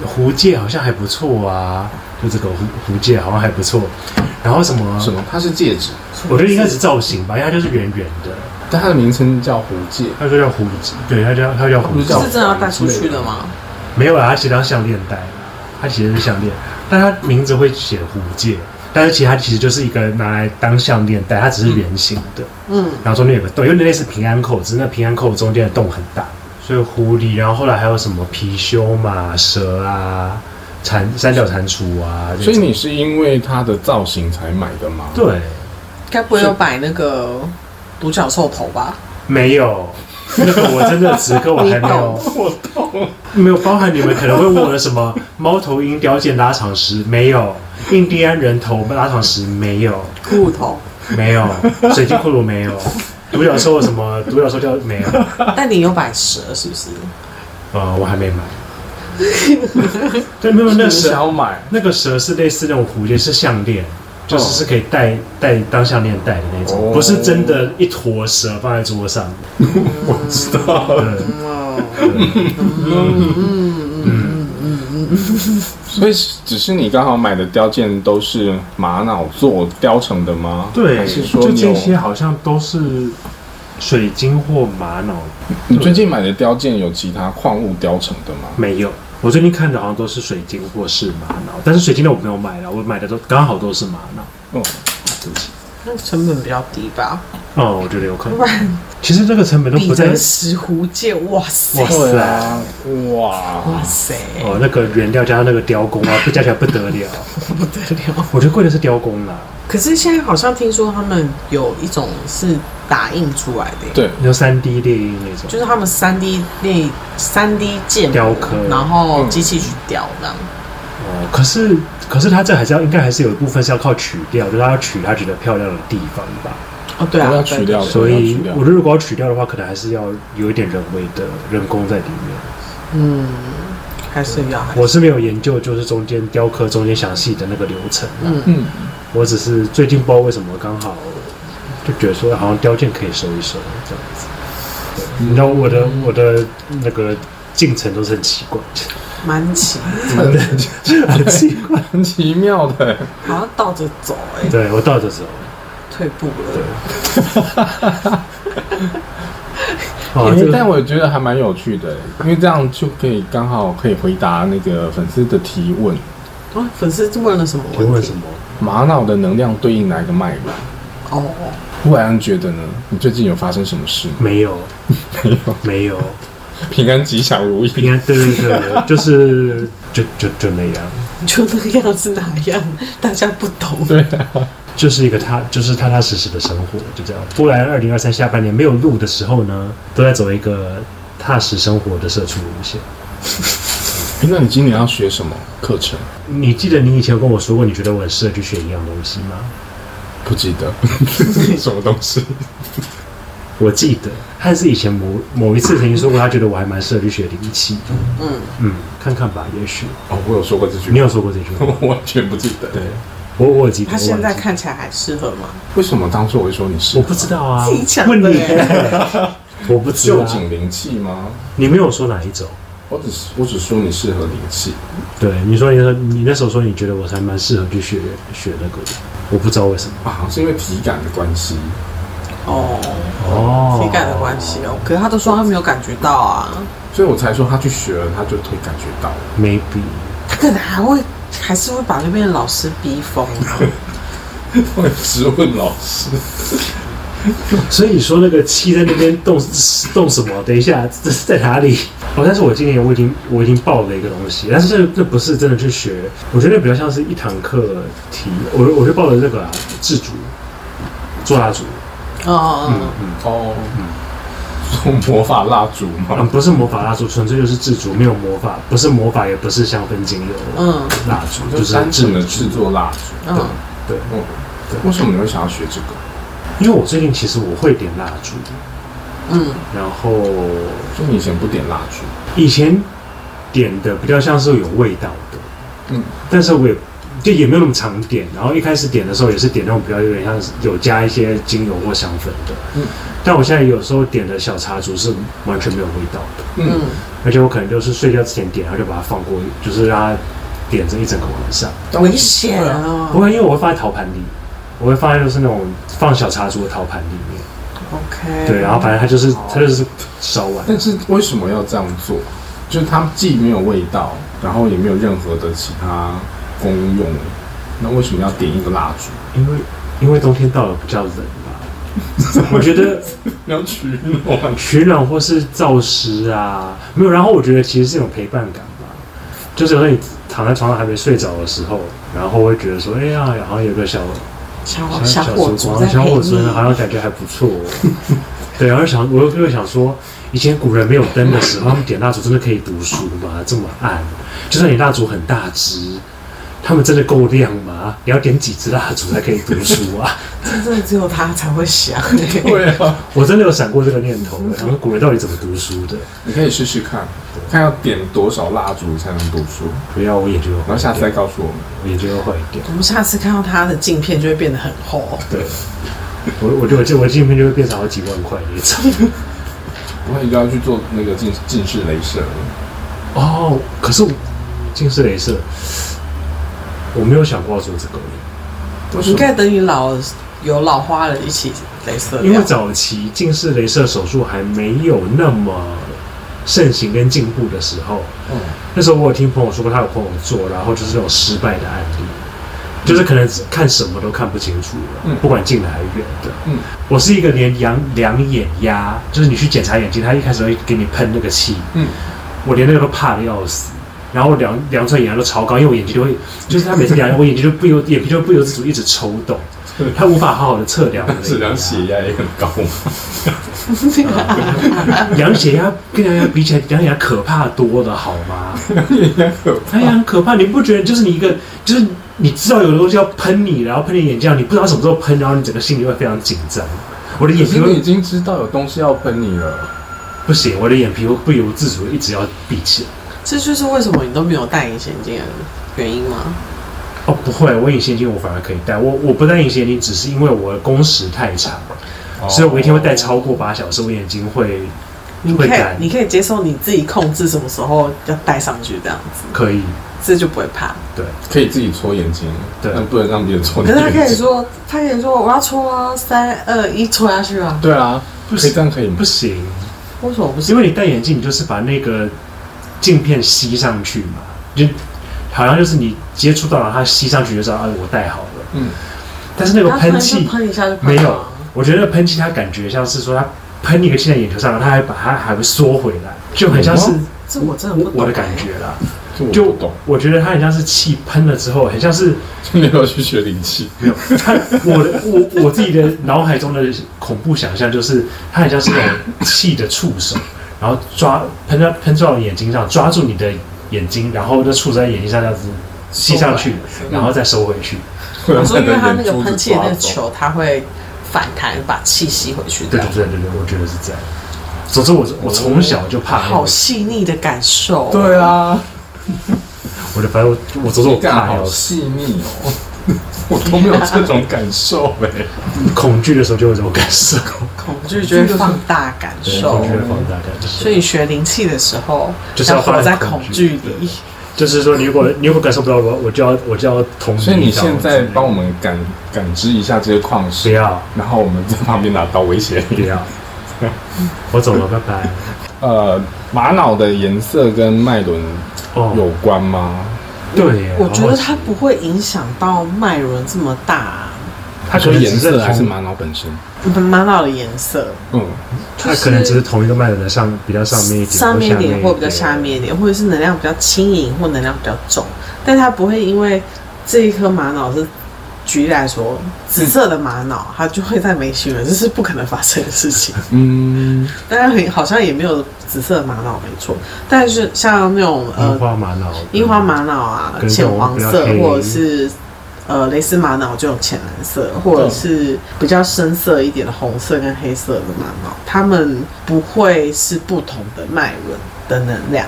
S3: 胡界好像还不错啊，就这个胡胡界好像还不错。然后什么，
S1: 什么？它是戒指，
S3: 我觉得应该是造型吧，因为它就是圆圆的，
S1: 但它的名称叫狐戒。
S3: 它就叫胡子，对，它叫它叫胡
S1: 不
S3: 子
S1: 叫，
S2: 是真的要带出去的吗？
S3: 没有啦，它写到项链带，它写的是项链，但它名字会写胡界，但是其实它其实就是一个拿来当项链戴，它只是圆形的。
S2: 嗯，
S3: 然后中间有个洞，有点类似平安扣，只是那平安扣中间的洞很大，所以狐狸，然后后来还有什么貔貅嘛、蛇啊、蟾三角蟾蜍啊，这种
S1: 所以你是因为它的造型才买的吗？
S3: 对
S2: 该不会有摆那个独角兽头吧？
S3: 没有？ 那个我真的此刻我 还没有，
S1: 我懂。
S3: 没有包含你们可能会问我的什么猫头鹰雕件拉长石没有，印第安人头拉长石没有，
S2: 骷髅头？
S3: 没有水晶骷髅没有，独角兽什么独角兽雕没有，
S2: 但你有摆蛇是不是？
S3: 呃，我还没 买。对，没有那
S1: 你
S3: 个蛇
S1: 想要买？
S3: 那个蛇是类似那种蝴蝶，是项链，就是是可以戴戴当项链戴的那种，
S1: 哦
S3: 不是真的一坨蛇放在桌上。
S1: 我知道了。
S3: 嗯，
S2: 哦，
S1: 所以只是你刚好买的雕件都是玛瑙做雕成的吗？
S3: 对，
S1: 还是说
S3: 就
S1: 你有
S3: 这些好像都是水晶或玛瑙，
S1: 你最近买的雕件有其他矿物雕成的吗？
S3: 没有。我最近看的好像都是水晶或是玛瑙，但是水晶的我没有买了，我买的都刚好都是玛瑙。
S1: 嗯，
S3: 对不起，
S2: 那成本比较低吧？
S3: 哦，我觉得有可
S2: 不
S3: 能。
S2: 然
S3: 其实这个成本都
S2: 比
S3: 不在
S2: 得石斛界，哇塞
S3: 哇，塞
S1: 对啊，哇
S2: 哇，塞，
S3: 哦，那个原料加上那个雕工啊，不加起来不得了。
S2: 不得了！
S3: 我觉得贵的是雕工啦、
S2: 可是现在好像听说他们有一种是打印出来的耶，
S1: 对，
S3: 你说三 D 猎鹰那种，
S2: 就是他们三 D 那三 D 建模
S3: 雕刻
S2: 然后机器去雕这样。
S3: 哦，可是可是它这还是要应该还是有一部分是要靠取掉，就是它要取它觉得漂亮的地方吧。
S2: 哦，对啊，
S1: 我要
S2: 对
S1: 取掉
S2: 对对
S3: 所
S1: 要取
S3: 以
S1: 掉
S3: 我觉得如果要取掉的话，可能还是要有一点人为的人工在里面。
S2: 嗯，还是要，
S1: 嗯
S2: 还是
S3: 我是没有研究，就是中间雕刻中间详细的那个流程、啊。
S2: 嗯，
S1: 嗯，
S3: 我只是最近不知道为什么刚好就觉得说好像雕件可以收一收这样子。对
S1: 嗯
S3: 你知道我的我的那个进程都是很奇怪，
S2: 蛮奇，
S3: 很奇怪。
S1: 很奇妙的。
S2: 好像倒着走哎，
S3: 对我倒着走。
S2: 退步了。
S3: 哦，
S1: 欸
S3: 这个
S1: 但我觉得还蛮有趣的，因为这样就可以刚好可以回答那个粉丝的提问：
S2: 哦，粉丝问了什么问题？
S3: 请问什么？
S1: 玛瑙的能量对应哪一个脉轮？
S2: 哦，
S1: 忽然觉得呢，你最近有发生什么事吗？
S3: 没有，
S1: 没有，
S3: 没有，
S1: 平安吉祥如
S3: 平
S1: 意。
S3: 安对对对，就是就就就那样，
S2: 就那个样是哪样？ 大家不懂。
S1: 对啊，
S3: 就是一个踏，就是踏踏实实的生活，就这样。波兰二零二三下半年没有录的时候呢，都在走一个踏实生活的社畜路线。
S1: 欸那你今年要学什么课程？
S3: 你记得你以前有跟我说过，你觉得我很适合去学一样东西吗？
S1: 不记得什么东西。
S3: 我记得汉斯以前某某一次曾经说过，他觉得我还蛮适合去学灵气的。
S2: 嗯，
S3: 嗯，看看吧，也许
S1: 哦，我有 说过这句
S3: 你
S1: 话，
S3: 有说过这句话。
S1: 我完全不记得。
S3: 对，我我有记得。
S2: 他现
S3: 我
S2: 在
S3: 有记得
S2: 看起来还适合吗？
S1: 为什么当初我会说你是？
S3: 我不知道啊，
S2: 自己讲的
S3: 问你
S2: 耶，
S3: 我不知道
S1: 旧
S3: 啊，
S1: 景灵气吗？
S3: 你没有说哪一种，
S1: 我只是我只说你适合灵气，
S3: 对，你说你那你那时候说你觉得我才蛮适合去学学那个的，我不知道为什么。
S1: 啊，是因为体感的关系。
S2: 哦，
S3: 哦
S2: 体感的关系哦。可是他都说他没有感觉到啊，
S1: 所以我才说他去学了，他就会感觉到。
S3: ，maybe
S2: 他可能还会还是会把那边的老师逼疯。
S1: 我直问老师，
S3: 所以你说那个气在那边动 动什么？等一下，这是在哪里？哦，但是我今年我已经我已经报了一个东西，但是这这不是真的去学，我觉得比较像是一堂课题。我我就报了这个啊，自主做蜡烛，嗯
S2: 哦，
S1: 哦，做魔法蜡烛
S3: 嗯，
S1: 吗？
S3: 不是魔法蜡烛，纯粹就是自主，没有魔法，不是魔法，也不是香氛精油
S2: 嗯
S3: 蜡烛，
S1: 就
S3: 就是
S1: 单
S3: 自
S1: 纯的
S3: 主。
S1: 制作蜡烛。
S2: 嗯，
S1: 嗯，为什么你会想要学这个？
S3: 因为我最近其实我会点蜡烛，
S2: 嗯
S3: 然后
S1: 就你以前不点蜡烛，
S3: 以前点的比较像是有味道的，
S1: 嗯，
S3: 但是我也就也没有那么常点。然后一开始点的时候也是点那种比较有点像是有加一些精油或香粉的，
S1: 嗯
S3: 但我现在有时候点的小茶烛是完全没有味道的，
S2: 嗯
S3: 而且我可能就是睡觉之前点，然后就把它放过，就是让它点着一整个晚上。
S1: 但
S2: 危险
S3: 不
S2: 哦。
S3: 会，因为我会放在陶盘里，我会放在就是那种放小茶烛的陶盘里面。
S2: OK，
S3: 对，然后反正它就是它就是烧完。
S1: 但是为什么要这样做？就是它既没有味道，然后也没有任何的其他功用，那为什么要点一个蜡烛？
S3: 因为因为冬天到了比较冷吧，我觉得
S1: 你要取暖。
S3: 取暖或是燥湿啊，没有。然后我觉得其实是一种陪伴感吧，就是有时候你躺在床上还没睡着的时候，然后会觉得说，哎呀，好像有个小
S2: 小小火
S3: 烛
S2: 烛
S3: 光
S2: 在
S3: 小
S2: 陪
S3: 火烛
S2: 你，
S3: 好像感觉还不错、哦。 对，然后想我又又想说，以前古人没有灯的时候，他们点蜡烛真的可以读书吗？这么暗，就算你蜡烛很大支，他们真的够亮吗？你要点几支蜡烛才可以读书啊？
S2: 真的只有他才会想。
S1: 对啊，
S3: 我真的有闪过这个念头，然后古人到底怎么读书的？
S1: 你可以试试看，看要点多少蜡烛才能读书，
S3: 不要我眼睛会坏
S1: 然后下次再
S3: 掉
S1: 告诉我们。
S3: 我眼睛会坏掉。
S2: 我们下次看到他的镜片就会变得很厚。
S3: 对，我我就我镜我镜片就会变成好几万块那种。
S1: 我一定要去做那个近近视雷射了。
S3: 哦，可是我近视雷射，我没有想过要做这个，
S1: 为什
S2: 应
S1: 么？
S2: 该等你老了有老花了一起镭射
S3: 因为
S2: 疗。
S3: 早期近视雷射手术还没有那么盛行跟进步的时候，
S1: 嗯
S3: 那时候我有听朋友说过，他有朋友做，然后就是那种失败的案例，就是可能看什么都看不清楚了，
S1: 嗯
S3: 不管近的还是远的。
S1: 嗯，
S3: 我是一个连量量眼压，就是你去检查眼睛，他一开始会给你喷那个气，
S1: 嗯，
S3: 我连那个都怕的要死。然后量量出来眼压都超高，因为我眼睛就会，就是他每次量，我眼睛就不由眼皮就不由自主一直抽 动，他无法好好的测量我的眼压。
S1: 质量血压也很高嘛。
S3: 量血压跟量血压比起来，量血压可怕多了，好吗？哎呀，很可怕！你不觉得就是你一个，就是你知道有的东西要喷你，然后喷你眼睛，你不知道什么时候喷，然后你整个心里会非常紧张。我的
S1: 可
S3: 眼皮
S1: 是你已
S3: 会
S1: 经知道有东西要喷你了，
S3: 不行，我的眼皮会不由自主地一直要闭起来。
S2: 这就是为什么你都没有戴隐形眼镜的原因吗？
S3: 哦，不会，我隐形眼镜我反而可以戴。我我不戴隐形眼镜，只是因为我的工时太长，
S1: 哦
S3: 所以我一天会戴超过八小时，我眼睛会
S2: 你可
S3: 会
S2: 以
S3: 干，
S2: 你可以接受你自己控制什么时候要戴上去这样子，
S3: 可以。
S2: 这就不会怕。
S3: 对，
S1: 可以自己搓眼睛，
S3: 对
S1: 但不能让别人搓你
S2: 可是他可
S1: 眼
S2: 以
S1: 睛。
S2: 说，他可以说我要搓啊，三二一搓下去啊，
S1: 对啊，
S3: 不
S1: 可以这
S3: 行，
S1: 样可以吗
S3: 不？行，
S2: 为什么不
S3: 因
S2: 行？
S3: 为你戴眼镜，你就是把那个镜片吸上去嘛，就好像就是你接触到了，它吸上去就知道，啊，我戴好了。
S1: 嗯，
S3: 但是那个
S2: 他
S3: 喷
S2: 就
S3: 气
S2: 喷一下就喷
S3: 没
S2: 了啊
S3: 有，我觉得那个喷气它感觉像是说它喷一个气在眼球上，它还把它还会缩回来，就很像是
S2: 这我真的不
S3: 我
S2: 懂
S3: 我的感觉啦。
S1: 这我
S3: 就
S1: 不懂，
S3: 我觉得它很像是气喷了之后，很像是
S1: 你要不要去学灵气？
S3: 没有，它我的我我自己的脑海中的恐怖想象就是，它很像是那种气的触手，然后抓喷到喷到眼睛上，抓住你的眼睛，然后那触手在眼睛上这样子吸上去，然后再收回去。
S1: 会
S2: 我
S1: 让
S2: 说，因为他那
S1: 眼
S2: 个
S1: 珠子
S2: 喷气的那
S1: 抓
S2: 个
S1: 走
S2: 球，它会反弹，把气吸回去
S3: 对
S2: 的
S3: 对。对对对，我觉得是这样。总之我我从小就怕那
S2: 好
S3: 种，
S2: 细腻的感受，
S1: 对啊，
S3: 我的反正我我总之我
S1: 感
S3: 怕要
S1: 好
S3: 死，
S1: 细腻哦。 我都没有这种感受哎、
S3: 恐惧的时候就有这种感受，
S2: 恐惧就会放大感受
S3: 恐。惧的放大感受。
S2: 所以学灵气的时候，
S3: 就是要
S2: 要活在
S3: 放
S2: 恐
S3: 在
S2: 惧
S3: 恐惧
S2: 里。
S3: 就是说，你如果你如果感受不到我，我就要我就要同理。
S1: 所以你现在帮我们感感知一下这些矿
S3: 不
S1: 石，
S3: 要
S1: 然后我们在旁边拿刀威胁
S3: 不
S1: 你。
S3: 要， 我走了，拜拜。
S1: 呃，玛瑙的颜色跟脉轮有
S3: 哦，
S1: 关吗？
S3: 对耶，
S2: 我觉得
S3: 好
S2: 它不会影响到脉轮这么大、啊，
S3: 它可
S1: 说
S3: 能
S1: 颜
S3: 只是
S1: 色还是
S3: 同
S1: 玛瑙本身？
S2: 玛瑙的颜色，
S1: 嗯，
S3: 它可能只是同一个脉轮的上比较上面一点，
S2: 上面一
S3: 一
S2: 点或比较下面一点，或者是能量比较轻盈或能量比较重，但它不会因为这一颗玛瑙是。举例来说，紫色的玛瑙，它就会在眉心轮，这是不可能发生的事 情。
S1: 嗯，
S2: 当然，很好像也没有紫色的玛瑙没错，但是像那种呃
S3: 樱花玛瑙，
S2: 樱花玛瑙啊，
S3: 跟这
S2: 浅
S3: 种
S2: 黄
S3: 比较
S2: 色
S3: 黑
S2: 或者是呃蕾丝玛瑙这种浅蓝色，或者是比较深色一点的红色跟黑色的玛瑙，它们不会是不同的脉轮的能量，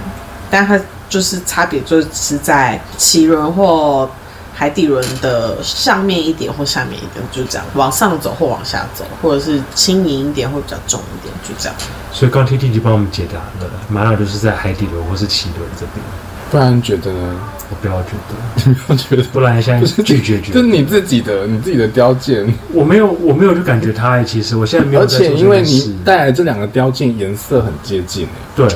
S2: 但它就是差别就是在脐轮或。海底轮的上面一点或下面一点，就这样往上走或往下走，或者是轻盈一点或比较重一点，就这样。
S3: 所以刚听弟弟帮我们解答了，玛瑙就是在海底轮或是脐轮这边。
S1: 不然觉得呢？
S3: 我不要觉得，
S1: 我觉得
S3: 不然现在拒绝觉
S1: 这是
S3: 得。
S1: 你自己的你自己的标见，
S3: 我没有，我没有去感觉它欸。其实我现在没有
S1: 而
S3: 在做这
S1: 且
S3: 件事。
S1: 因为你带来这两个标件颜色很接近、欸，
S3: 对，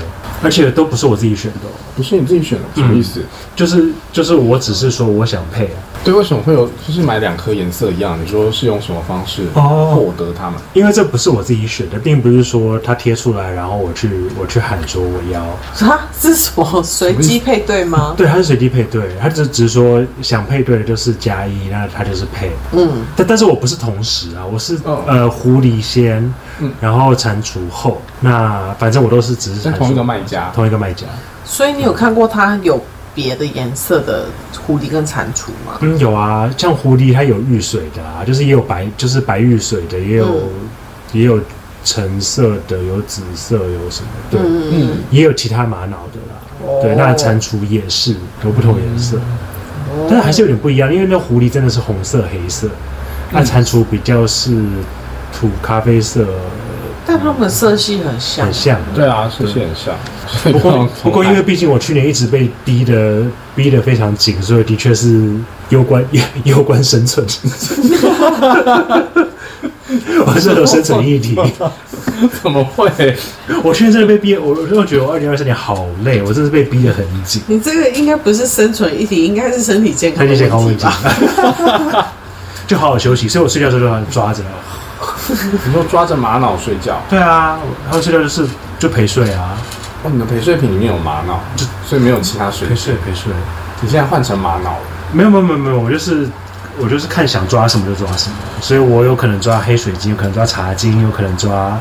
S3: 而且都不是我自己选的哦，
S1: 不是你自己选的，什么意思？
S3: 嗯就是就是我只是说我想配啊。
S1: 对，为什么会有就是买两颗颜色一样？你说是用什么方式
S3: 哦
S1: 获得它们？
S3: 因为这不是我自己选的，并不是说它贴出来，然后我去我去喊说我要。
S2: 啊，这是什么随机配对吗？
S3: 对，它是随机配对，它只只是说想配对的就是加一，那它就是配。
S2: 嗯，
S3: 但但是我不是同时啊，我是、
S1: 哦
S3: 呃狐狸先，
S1: 嗯
S3: 然后蟾蜍后。那反正我都是只是
S1: 是
S3: 蟾蜍
S1: 同一个卖家，
S3: 同一个卖家。
S2: 所以你有看过它有别的颜色的狐狸跟蟾蜍吗？
S3: 嗯，有啊，像狐狸它有遇水的啊，就是也有白，就是白遇水的，也有、
S2: 嗯
S3: 也有橙色的，有紫色，有什么对，
S2: 嗯，
S3: 也有其他玛瑙的啦。
S2: 哦
S3: 对，那蟾蜍也是有不同颜色，
S1: 嗯
S2: 哦
S3: 但是还是有点不一样，因为那狐狸真的是红色、黑色，
S1: 嗯
S3: 那蟾蜍比较是土咖啡色，
S2: 但它们的色系很像
S3: 很。像。
S1: 对啊，是是很像。所以
S3: 不过
S1: 用同
S3: 不过，因为
S1: 买
S3: 毕竟我去年一直被逼的逼得非常紧，所以的确是攸关 攸关生存。 我是有生存议题。
S1: 怎么会？
S3: 我去年真的被逼，我我真的觉得我二零二三年好累，我真的是被逼得很紧。
S2: 你这个应该不是生存议题，应该是身体健康
S3: 那
S2: 的
S3: 就健康
S2: 问
S3: 问
S2: 题
S3: 题
S2: 吧。，
S3: 就好好休息。所以我睡觉的时候就很抓着。
S1: 你说抓着玛瑙睡觉，
S3: 对啊，然后睡觉就是就陪睡啊，
S1: 哦，你的陪睡品里面有玛瑙，就所以没有其他水
S3: 陪。睡陪睡。
S1: 你现在换成玛瑙了，
S3: 没有没有没有没有，我就是我就是看想抓什么就抓什么，所以我有可能抓黑水晶，有可能抓茶晶，有可能抓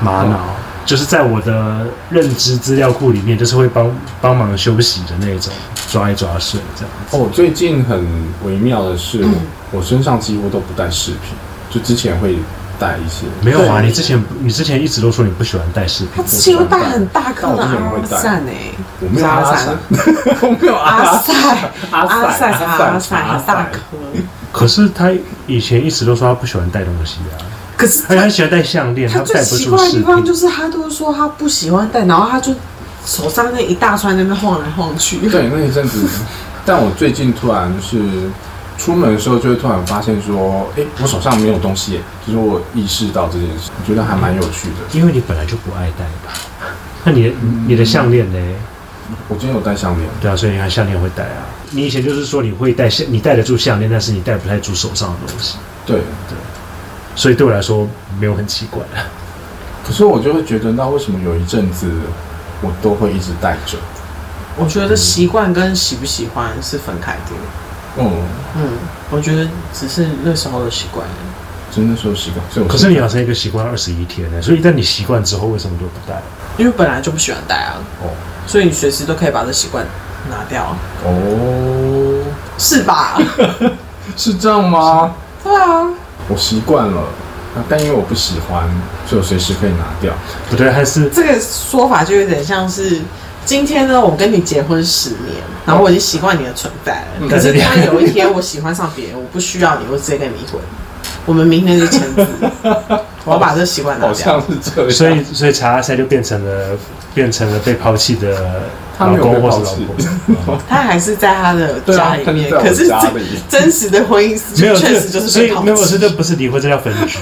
S3: 玛瑙，就是在我的认知资料库里面，就是会帮帮忙休息的那种，抓一抓睡这样。
S1: 哦，最近很微妙的是，我身上几乎都不带饰品，就之前会带一些，
S3: 没有啊，
S2: 对
S3: 你之前你之前一直都说你不喜欢戴饰
S2: 它
S3: 品，
S2: 之前会带很大颗的阿拉善哎，
S1: 我没有阿
S2: 啥
S1: 伞， 我没有
S2: 阿
S1: 阿伞，
S2: 塞
S1: 阿塞
S2: 阿塞阿
S1: 阿
S2: 塞
S1: 塞
S2: 很大颗，
S3: 可是他以前一直都说他不喜欢戴东西啊，
S2: 可是
S3: 他他喜欢戴项链，
S2: 他
S3: 他
S2: 最
S3: 戴不
S2: 奇
S3: 住
S2: 怪的
S3: 饰
S2: 地方
S3: 品
S2: 就。是他都说他不喜欢戴，然后他就手上那一大串在那边晃来晃去。
S1: 对，那一阵子，但我最近突然是出门的时候，就会突然发现说，哎、我手上没有东西耶，就是我意识到这件事，我觉得还蛮有趣的。
S3: 因为你本来就不爱戴吧？ 那你的你的项链呢？
S1: 我今天有戴项链，
S3: 对啊，所以你看项链会戴啊。你以前就是说你会戴项，你戴得住项链，但是你戴不太住手上的东西，
S1: 对，
S3: 所以对我来说没有很奇怪。
S1: 可是我就会觉得，那为什么有一阵子我都会一直戴着？
S2: 我觉得习惯跟喜不喜欢是分开的。
S1: 嗯，
S2: 嗯，我觉得只是那时候的习惯。
S1: 真的时候习惯，所以我
S3: 可是你养成一个习惯二十一天呢、所以一旦你习惯之后，为什么就不戴？
S2: 因为本来就不喜欢戴啊，
S1: 哦
S2: 所以你随时都可以把这习惯拿掉，
S1: 哦，
S2: 是吧？
S1: 是这样吗？
S2: 对啊，
S1: 我习惯了。啊但因为我不喜欢，所以我随时可以拿掉。
S3: 不对，还是
S2: 这个说法就有点像是今天呢，我跟你结婚十年，然后我已经习惯你的存在了。
S1: 嗯
S2: 可是突然有一天，我喜欢上别人，我不需要你，我直接跟你离婚。我们明天就签字，我要把这习惯拿
S1: 好
S2: 掉。
S1: 像是这样。
S3: 所以所以查拉塞就变成了变成了被抛弃的
S1: 他
S3: 老
S1: 没有被
S3: 公或
S1: 抛
S3: 是老
S1: 弃
S3: 婆，
S2: 他还是在他的
S1: 对啊
S2: 家，里
S1: 他
S2: 面，
S1: 就在
S2: 可
S1: 我
S2: 是
S1: 家
S2: 真
S1: 里。
S2: 真实的婚姻是
S3: 没有
S2: 确
S3: 这
S2: 实就是
S3: 所以
S2: 被抛
S3: 没有
S2: 弃
S3: 所以这不是离婚，这叫分居。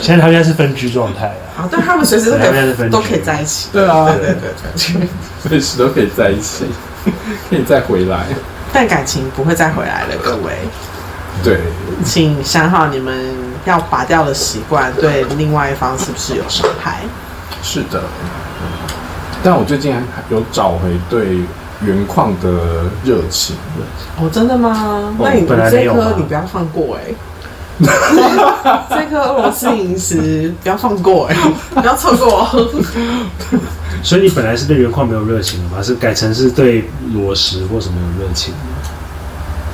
S3: 现在他们现在是分居状态啊，
S2: 啊，但他们随时都
S3: 对他们
S2: 可
S3: 是
S2: 以
S3: 分居
S2: 都可以在一起。
S1: 对啊
S2: 对，对对对，
S1: 随时都可以在一起， 可以再回来。
S2: 但感情不会再回来了，各位，
S1: 对，
S2: 请想好你们要拔掉的习惯对另外一方是不是有伤害？
S1: 是的。但我最近还有找回对原矿的热情。
S2: 哦，真的吗？那你
S3: 本来
S2: 这
S3: 没有
S2: 颗
S3: 嘛
S2: 你不要放过哎、 这颗俄罗斯零食不要放过哎、不要错过哦。
S3: 所以你本来是对原矿没有热情的嘛，是改成是对裸石或什么有热情？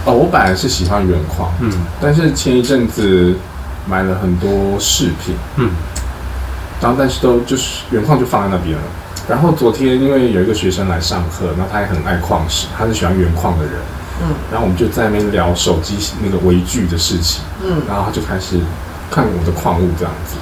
S1: 哦，我本来是喜欢原矿，
S3: 嗯
S1: 但是前一阵子买了很多饰品，
S3: 嗯，
S1: 然后但是都就是原矿就放在那边了。然后昨天因为有一个学生来上课，然后他也很爱矿石，他是喜欢原矿的人，
S2: 嗯，
S1: 然后我们就在那边聊手机那个微距的事情，
S2: 嗯，
S1: 然后他就开始看我的矿物这样子，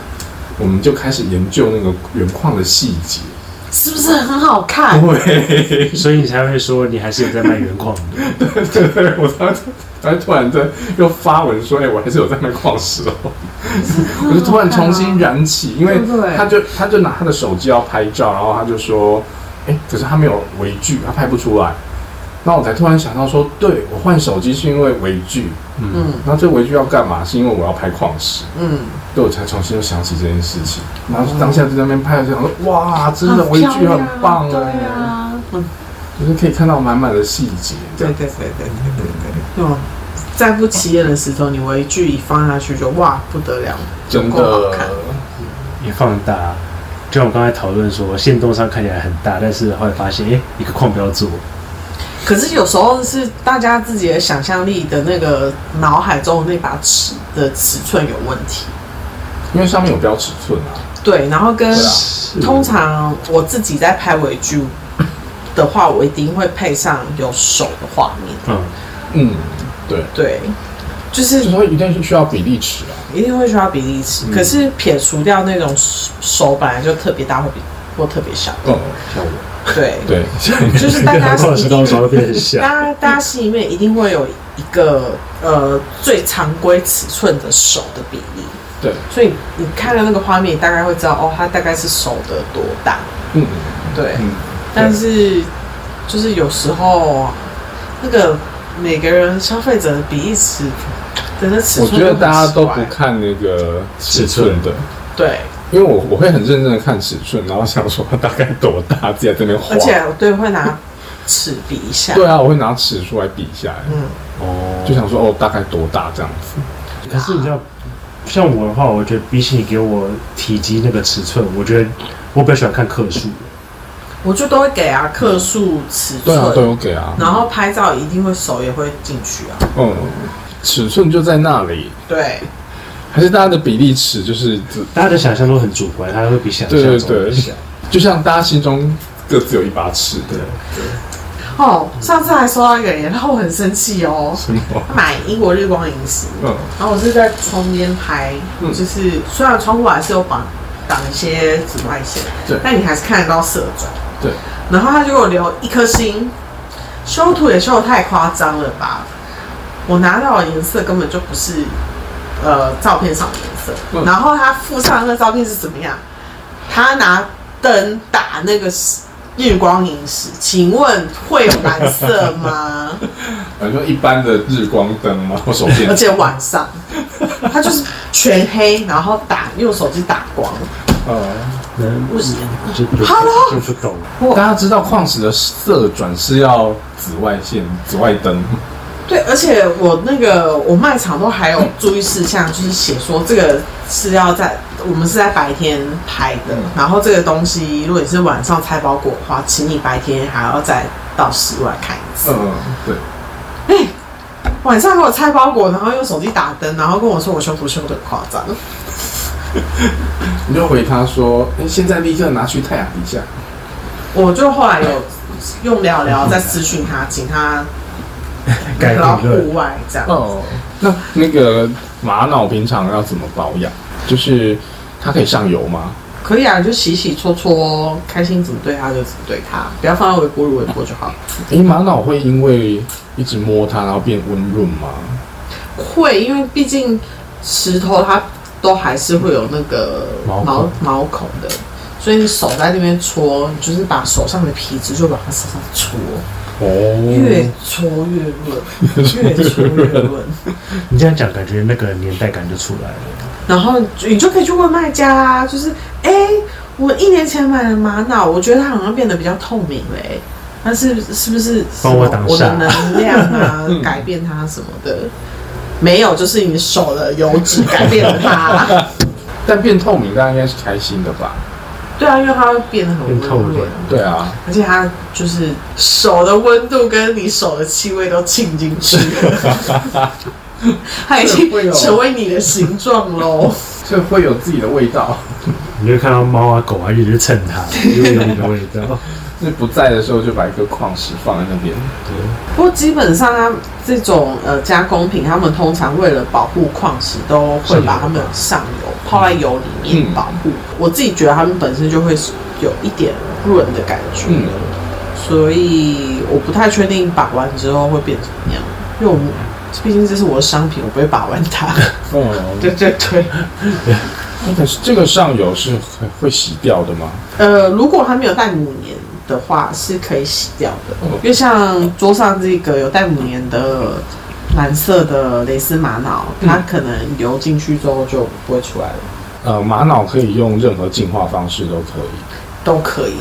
S1: 我们就开始研究那个原矿的细节。
S2: 是不是很好看？
S1: 对，
S3: 所以你才会说你还是有在卖原矿的。
S1: 对，我当时，然后突然在又发文说，哎、我还是有在卖矿石哦，我就突然重新燃起，因为
S2: 对不对
S1: 他就他就拿他的手机要拍照，然后他就说，哎、可是他没有微距，他拍不出来。那我才突然想到说，对我换手机是因为微距，
S2: 嗯
S1: 然后这微距要干嘛？是因为我要拍矿石，
S2: 嗯，
S1: 对我才重新又想起这件事情。然后当下就在那边拍，就想说，哇，真的微距很
S2: 漂亮
S1: 棒
S2: 对
S1: 哎、
S2: 啊，嗯
S1: 就是可以看到满满的细节。这
S2: 对
S1: 样
S2: 对对对对对对。嗯，再不起眼的石头，你微距一放下去就哇不得了，
S1: 真
S2: 够好
S1: 的
S2: 看
S3: 也放大。就像我们刚才讨论说，线动上看起来很大，但是后来发现，哎、一个矿标做，
S2: 可是有时候是大家自己的想象力的那个脑海中的那把尺的尺寸有问题，
S1: 因为上面有标尺寸啊，
S2: 对，然后跟
S1: 对啊
S2: 通常我自己在拍微距的话，我一定会配上有手的画面，
S3: 嗯，
S1: 嗯，对，
S2: 对，就
S1: 就是是会一定是需要比例尺啊，
S2: 一定会需要比例尺。
S1: 嗯
S2: 可是撇除掉那种手手本来就特别大或比或特别 小，
S1: 嗯，像我，
S2: 对，
S1: 对，
S2: 就是 大家
S3: 矿石到时候变得小，
S2: 大家大家心里面一定会有一个呃最常规尺寸的手的比例，
S1: 对，
S2: 所以你看了那个画面，你大概会知道哦，它大概是手的多大，
S1: 嗯
S2: 对。
S1: 嗯，
S2: 但是就是有时候那个每个人消费者的比例尺真的尺
S1: 我
S2: 寸
S1: 觉
S2: 都很奇怪，
S1: 得大家都不看那个尺寸的，
S2: 对，
S1: 因为我我会很认真的看尺寸，然后想说它大概多大，自己在这边画
S2: 而，且我对会拿尺比一下，
S1: 对啊，我会拿尺出来比一下，
S2: 嗯，
S3: 哦，
S1: 就想说哦，大概多大这样子，
S3: 可是你知道，像我的话，我觉得比起你给我体积那个尺寸，我觉得我比较喜欢看克数，
S2: 我就都会给啊克数尺
S1: 对
S2: 寸，
S1: 啊，都有给啊，
S2: 然后拍照一定会手也会进去啊，
S1: 嗯，尺寸就在那里，
S2: 对。
S1: 还是大家的比例尺就是只
S3: 大家的想象都很主观，它会比想象
S1: 对对
S3: 中的
S1: 对
S3: 小，
S1: 就像大家心中各自有一把尺的，
S2: 哦，上次还收到一个人，然后我很生气哦，
S1: 什么，
S2: 买英国日光饮食，
S1: 嗯
S2: 然后我是在窗边拍，
S1: 嗯
S2: 就是虽然窗户还是有绑挡一些紫外线，
S1: 对
S2: 但你还是看得到色转。
S1: 对，
S2: 然后他就给我留一颗星，修图也修的太夸张了吧？我拿到的颜色根本就不是呃照片上的颜色，
S1: 嗯
S2: 然后他附上那个照片是怎么样？他拿灯打那个日光饮石，请问会有蓝色吗？
S1: 反正一般的日光灯嘛，或手电
S2: 而，且晚上，他就是全黑，然后打用手机打光。
S1: 呃，
S3: 嗯，
S2: 不是
S3: 就就
S2: Hello？
S3: 就不懂，
S1: 大家知道矿石的色转是要紫外线、紫外灯，
S2: 对，而且我那个我卖场都还有注意事项，就是写说这个是要在我们是在白天拍的
S1: 嗯，
S2: 然后这个东西如果你是晚上拆包裹的话，请你白天还要再到室外看一次。
S1: 嗯，对，
S2: 晚上给我拆包裹，然后用手机打灯，然后跟我说我修图修的夸张，
S1: 你就回他说，哎、现在立刻拿去太阳底下，
S2: 我就后来有用聊聊在私讯他，请他
S3: 嗯改
S2: 聊
S3: 评论
S2: 户外这样。
S1: 哦，那那个玛瑙平常要怎么保养？就是它可以上油吗？
S2: 可以啊，你就洗洗搓搓，开心怎么对他就怎么对他，不要放在微波炉微波就好。
S1: 诶，玛瑙会因为一直摸它然后变温润吗？
S2: 会，因为毕竟石头它都还是会有那个
S3: 毛孔
S2: 毛毛孔的，所以你手在那边搓，你就是把手上的皮脂就往它身上搓，越
S3: 嗯
S1: 哦，
S2: 搓越润，越搓越润。
S3: 你这样讲，感觉那个年代感就出来了。
S2: 然后你就可以去问卖家啦，就是哎、诶我一年前买的玛瑙，我觉得它好像变得比较透明嘞、欸，它是是不是什
S3: 帮我
S2: 么
S3: 挡
S2: 我
S3: 煞嗯
S2: 的能量 啊，改变它什么的？没有，就是你手的油脂改变了 它。
S1: 但变透明，大家应该是开心的吧？
S2: 对啊，因为它会变得很温
S3: 变透
S2: 润
S3: 明，
S1: 对啊，
S2: 而且它就是手的温度跟你手的气味都沁进去 了它已经成为你的形状喽。
S1: 这会有自己的味道。
S3: 你就会看到猫啊狗啊一直蹭 它，因为有你的味道。
S1: 就是不在的时候就把一颗矿石放在那边。
S2: 不过基本上，它这种呃加工品，他们通常为了保护矿石，都会把它们上游泡在油里面
S1: 嗯
S2: 保护。我自己觉得它们本身就会有一点润的感觉，
S1: 嗯
S2: 所以我不太确定把玩之后会变怎么样，因为我们毕竟这是我的商品，我不会把玩它。
S1: 哦，
S2: 对对对。
S1: 那个这个上游是会会洗掉的吗？
S2: 呃，如果它没有带母粘的话，是可以洗掉的。因为像桌上这个有带母粘的蓝色的蕾丝玛瑙，它可能流进去之后就不会出来了，
S1: 呃，玛瑙可以用任何净化方式都可以。
S2: 都可以，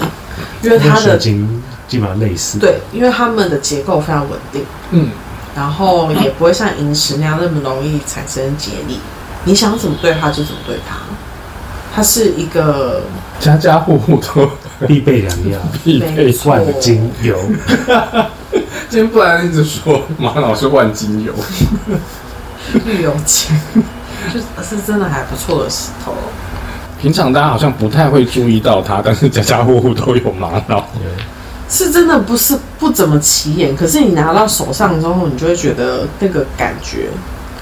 S2: 因为它
S3: 跟水
S2: 的
S3: 晶基本上类似。
S2: 对，因为它们的结构非常稳定，
S1: 嗯，
S2: 然后也不会像萤石那样那么容易产生结力。你想怎么对它就怎么对它，它是一个
S1: 家家户户都
S3: 必备良药，
S1: 必备
S2: 没。错
S3: 万金油。
S1: 今天不然一直说玛瑙是万金油，
S2: 绿油精，就是是真的还不错的石头。
S1: 平常大家好像不太会注意到它，但是家家户户都有玛瑙。
S2: 是真的不是不怎么起眼，可是你拿到手上之后，你就会觉得那个感觉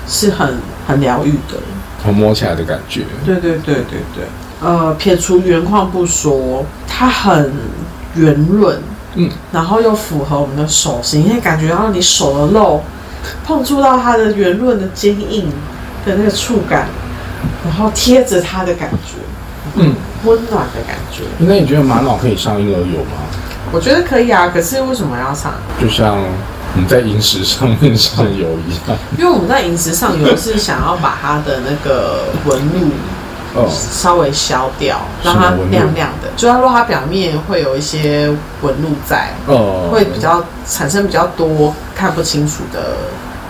S2: 是很很疗愈的。
S1: 我摸起来的感觉，
S2: 对对对对对。呃，撇除原矿不说，它很圆润，
S1: 嗯，
S2: 然后又符合我们的手型，你可以感觉到你手的肉碰触到它的圆润的坚硬的那个触感，然后贴着它的感觉，
S1: 嗯，
S2: 温暖的感觉。
S1: 那你觉得玛瑙可以上婴儿油吗？
S2: 我觉得可以啊，可是为什么要上？
S1: 就像我们在饮食上面上油一样。
S2: 因为我们在饮食上游是想要把它的那个纹路
S1: 哦，
S2: 稍微消掉，
S1: 什
S2: 让
S1: 么
S2: 它
S1: 纹路
S2: 亮亮的。就它如果它表面会有一些纹路在，
S1: 哦，
S2: 会比较产生比较多看不清楚的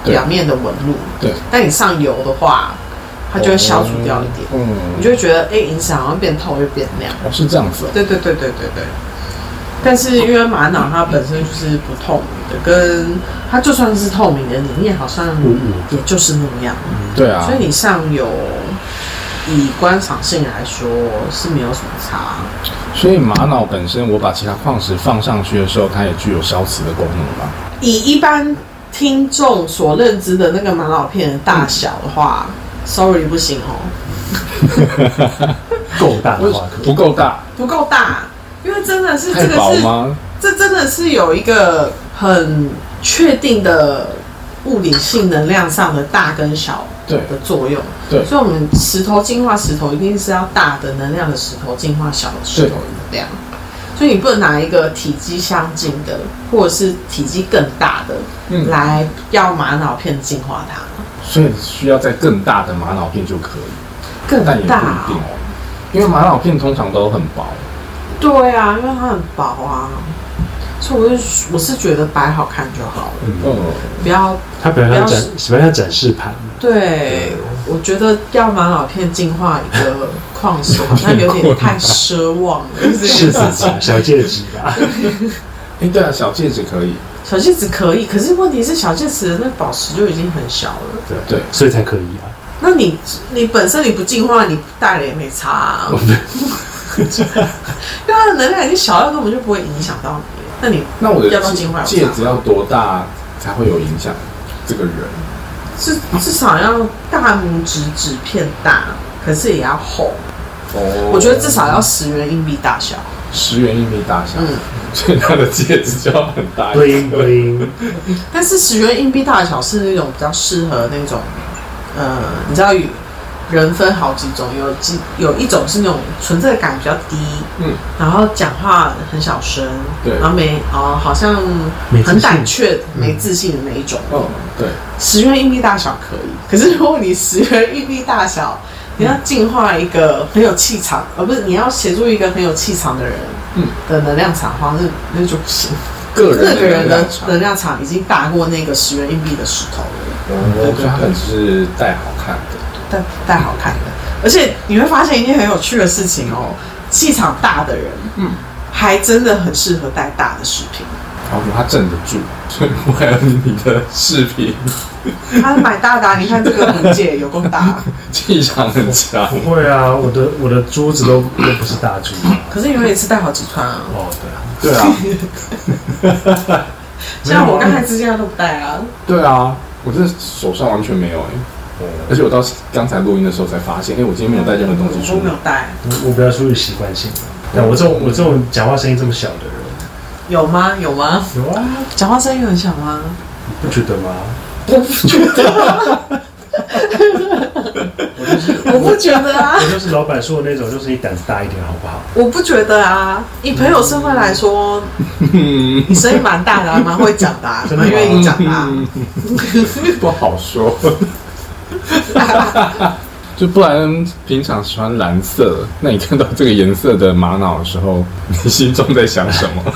S1: 对
S2: 表面的纹路。
S1: 对，
S2: 但你上油的话，它就会消除掉一点，
S1: 嗯，
S2: 你就会觉得哎，饮食好像变透又变亮。
S1: 哦是这样子哦。
S2: 对对对对对对。但是因为玛瑙它本身就是不透明的，跟它就算是透明的，里面好像
S1: 嗯
S2: 也就是那样。
S1: 对啊
S2: 所，以你上游以观赏性来说是没有什么差，
S1: 所以玛瑙本身，我把其他矿石放上去的时候，它也具有消磁的功能嘛。
S2: 以一般听众所认知的那个玛瑙片的大小的话、s o r r y 不行哦，
S3: 够大的话，
S1: 不够大，
S2: 不够大，因为真的是
S1: 太
S2: 这个
S1: 薄
S2: 是
S1: 吗？
S2: 这真的是有一个很确定的物理性能量上的大跟小
S1: 对
S2: 的作用。
S1: 对
S2: 所以我们石头净化石头一定是要大的能量的石头净化小的石头能量，所以你不能拿一个体积相近的或者是体积更大的、
S1: 嗯
S2: 来要玛瑙片净化它。
S1: 所以需要在更大的玛瑙片就可以，
S2: 更
S1: 但也不一定
S2: 大、
S1: 哦，因为玛瑙片通常都很薄。
S2: 对啊，因为它很薄啊，所以我是我是觉得摆好看就好了，
S1: 嗯，
S2: 不要
S3: 它比较像展
S2: 不，
S3: 比较像展示盘。
S2: 对，我觉得要玛瑙片净化一个矿石，好像有点太奢望 了。就是
S3: 是自己小戒指吧，
S1: 哎，对啊，小戒指可以。
S2: 小戒指可以，可是问题是小戒指的那宝石就已经很小了。
S3: 对
S1: 对
S3: 所以才可以啊。
S2: 那你你本身你不净化，你戴了也没差、啊。因为它的啊能量已经小到根本就不会影响到你。那你
S1: 那我的
S2: 要不要
S1: 戒
S2: 进化
S1: 戒指要多大才会有影响？这个人
S2: 至至少要大拇指指片大，可是也要厚。
S1: 哦
S2: 我觉得至少要十元硬币大小。
S1: 十元硬币大小，
S2: 嗯，
S1: 所以他的戒指就要很大一个。
S3: bling bling，
S2: 但是十元硬币大小是那种比较适合那种，呃，你知道有人分好几种，有几有一种是那种存在感比较低，
S1: 嗯，
S2: 然后讲话很小声，
S1: 对
S2: 然后没哦，好像
S3: 没自
S2: 很
S3: 信
S2: 胆怯、没自信的那一种。
S1: 嗯，对，
S2: 十元硬币大小可以，可是如果你十元硬币大小，你要进化一个很有气场，呃而不是你要协助一个很有气场的人，
S1: 嗯
S2: 的能量场，好像是那就不行。
S1: 个人
S2: 那个人的
S1: 量场
S2: 能量场已经大过那个十元硬币的石头了，
S1: 哦，所以他可能只是戴好看的，
S2: 但但好看的。而且你会发现一件很有趣的事情哦，气场大的人，嗯，还真的很适合带大的饰品。
S1: 然后他镇得住，所以不会有你的饰品
S2: 他买大的啊，你看这个红戒有够 大，
S1: 气场很强
S3: 不。会啊，我的我的珠子都都不是大珠，
S2: 可是你们也是带好几串啊。
S3: 哦对啊，
S1: 对啊，
S2: 像啊我刚才之前都不带啊，
S1: 对啊，我这手上完全没有哎、而且我到刚才录音的时候才发现，哎、我今天没有带任何东西
S2: 我
S1: 出
S2: 没
S1: 门
S2: 有。带，
S3: 我我比较属于习惯性的，但我这种我这种讲话声音这么小的人，
S2: 有吗？有吗？
S3: 有啊，
S2: 讲话声音很小吗？
S3: 不觉得吗？
S2: 我不觉得啊。
S3: 我就是老板说的那种，就是你胆子大一点好不好？
S2: 我不觉得啊，以朋友身份来说，你声音蛮大的、啊，蛮会讲的、啊，
S3: 真的
S2: 蛮
S3: 吗
S2: 愿意讲的、啊。
S1: 嗯， 不好 说。就不然，平常喜欢蓝色，那你看到这个颜色的玛瑙的时候，你心中在想什么？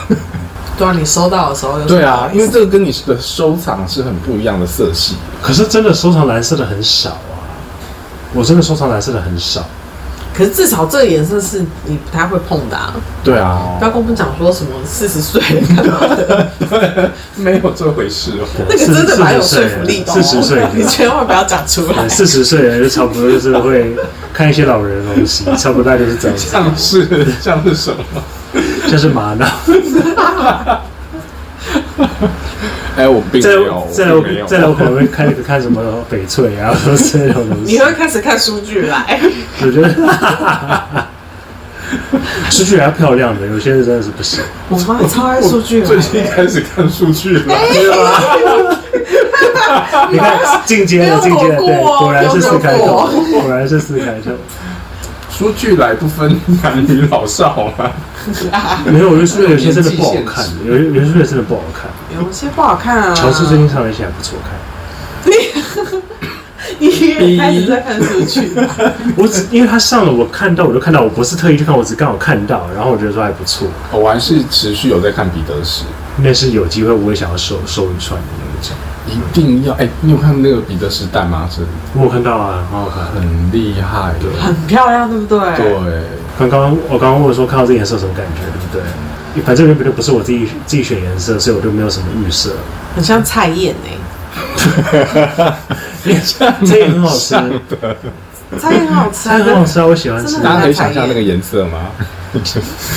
S2: 对啊，你收到的时候有什么
S1: 对 啊，因为这个跟你的收藏是很不一样的色系。
S3: 可是真的收藏蓝色的很少啊，我真的收藏蓝色的很少。
S2: 可是至少这个颜色是你不太会碰的、啊。
S1: 对啊，
S2: 不要跟我们讲说什么四十岁干嘛的，
S1: 没有这回事哦。
S2: 那个真的蛮有说服力的、哦。
S3: 四十岁，
S2: 你千万不要讲出来。
S3: 四十岁人就差不多就是会看一些老人的东 西，差不多大概就是这样子，
S1: 像是像是什么？
S3: 像是玛瑙。
S1: 哎，我并没
S3: 再
S1: 有，
S3: 再
S1: 我并没有。
S3: 再来，我可能会看那个看什么翡翠啊，或者是那种东
S2: 你
S3: 西。
S2: 会开始看数据来，
S3: 我觉得 数据还要漂亮的，有些人真的是不行。
S2: 我妈超爱数据来
S1: 最近哎开始看数据了。
S3: 你看进阶的进阶的，对，果然是四开头，果然是四开头。
S1: 数据来不分男女老少啊吗？
S3: 没有，有些有些真的不好看，有有些真的不好看。
S2: 有些不好看啊。
S3: 乔治最近上了一些还不错看。
S2: 你也开始在看数据，
S3: 我只因为他上了，我看到我就看到，我不是特意去看，我只刚好看到，然后我觉得说还不错，
S1: 哦我还是持续有在看彼得史，
S3: 那是有机会我也想要收收一串的那一种。
S1: 一定要哎、你有看那个彼得史蛋吗？是
S3: 我有看到啊，很好看。
S1: 很厉害的，
S2: 很漂亮，对不对？
S1: 对，
S3: 刚刚我刚刚问说看到这颜色有什么感觉，对不对？反正原本就不是我自己自己选颜色，所以我就没有什么预设。
S2: 很像蔡燕哎、
S3: 这也很好吃，
S2: 蔡燕很好吃
S3: 它
S2: 啊，
S3: 很好吃啊，我喜欢吃
S2: 真。的
S1: 大家可以想象那个颜色吗？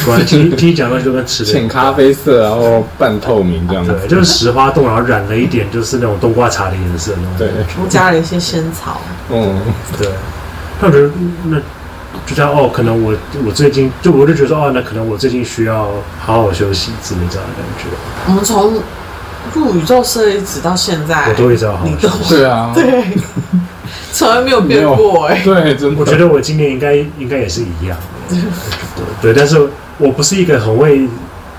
S3: 果然听听你讲到就跟吃
S1: 浅
S3: 的，
S1: 咖啡色，然后半透明这样子。
S3: 对，就是石花冻，然后染了一点就是那种冬瓜茶的颜色那种。
S1: 对，
S2: 我加了一些仙草，
S1: 嗯，
S3: 对，那我觉得那就像哦，可能我我最近就我就觉得说哦，那可能我最近需要好好休息之类这样的感觉，
S2: 我们从入宇宙设计直到现在，
S3: 我都一直要好
S2: 你
S3: 好
S2: 都
S3: 休息。
S1: 对啊，
S2: 对，从来没有变过哎、
S1: 对，真的，
S3: 我觉得我今年应该应该也是一样， 对对，但是我不是一个很会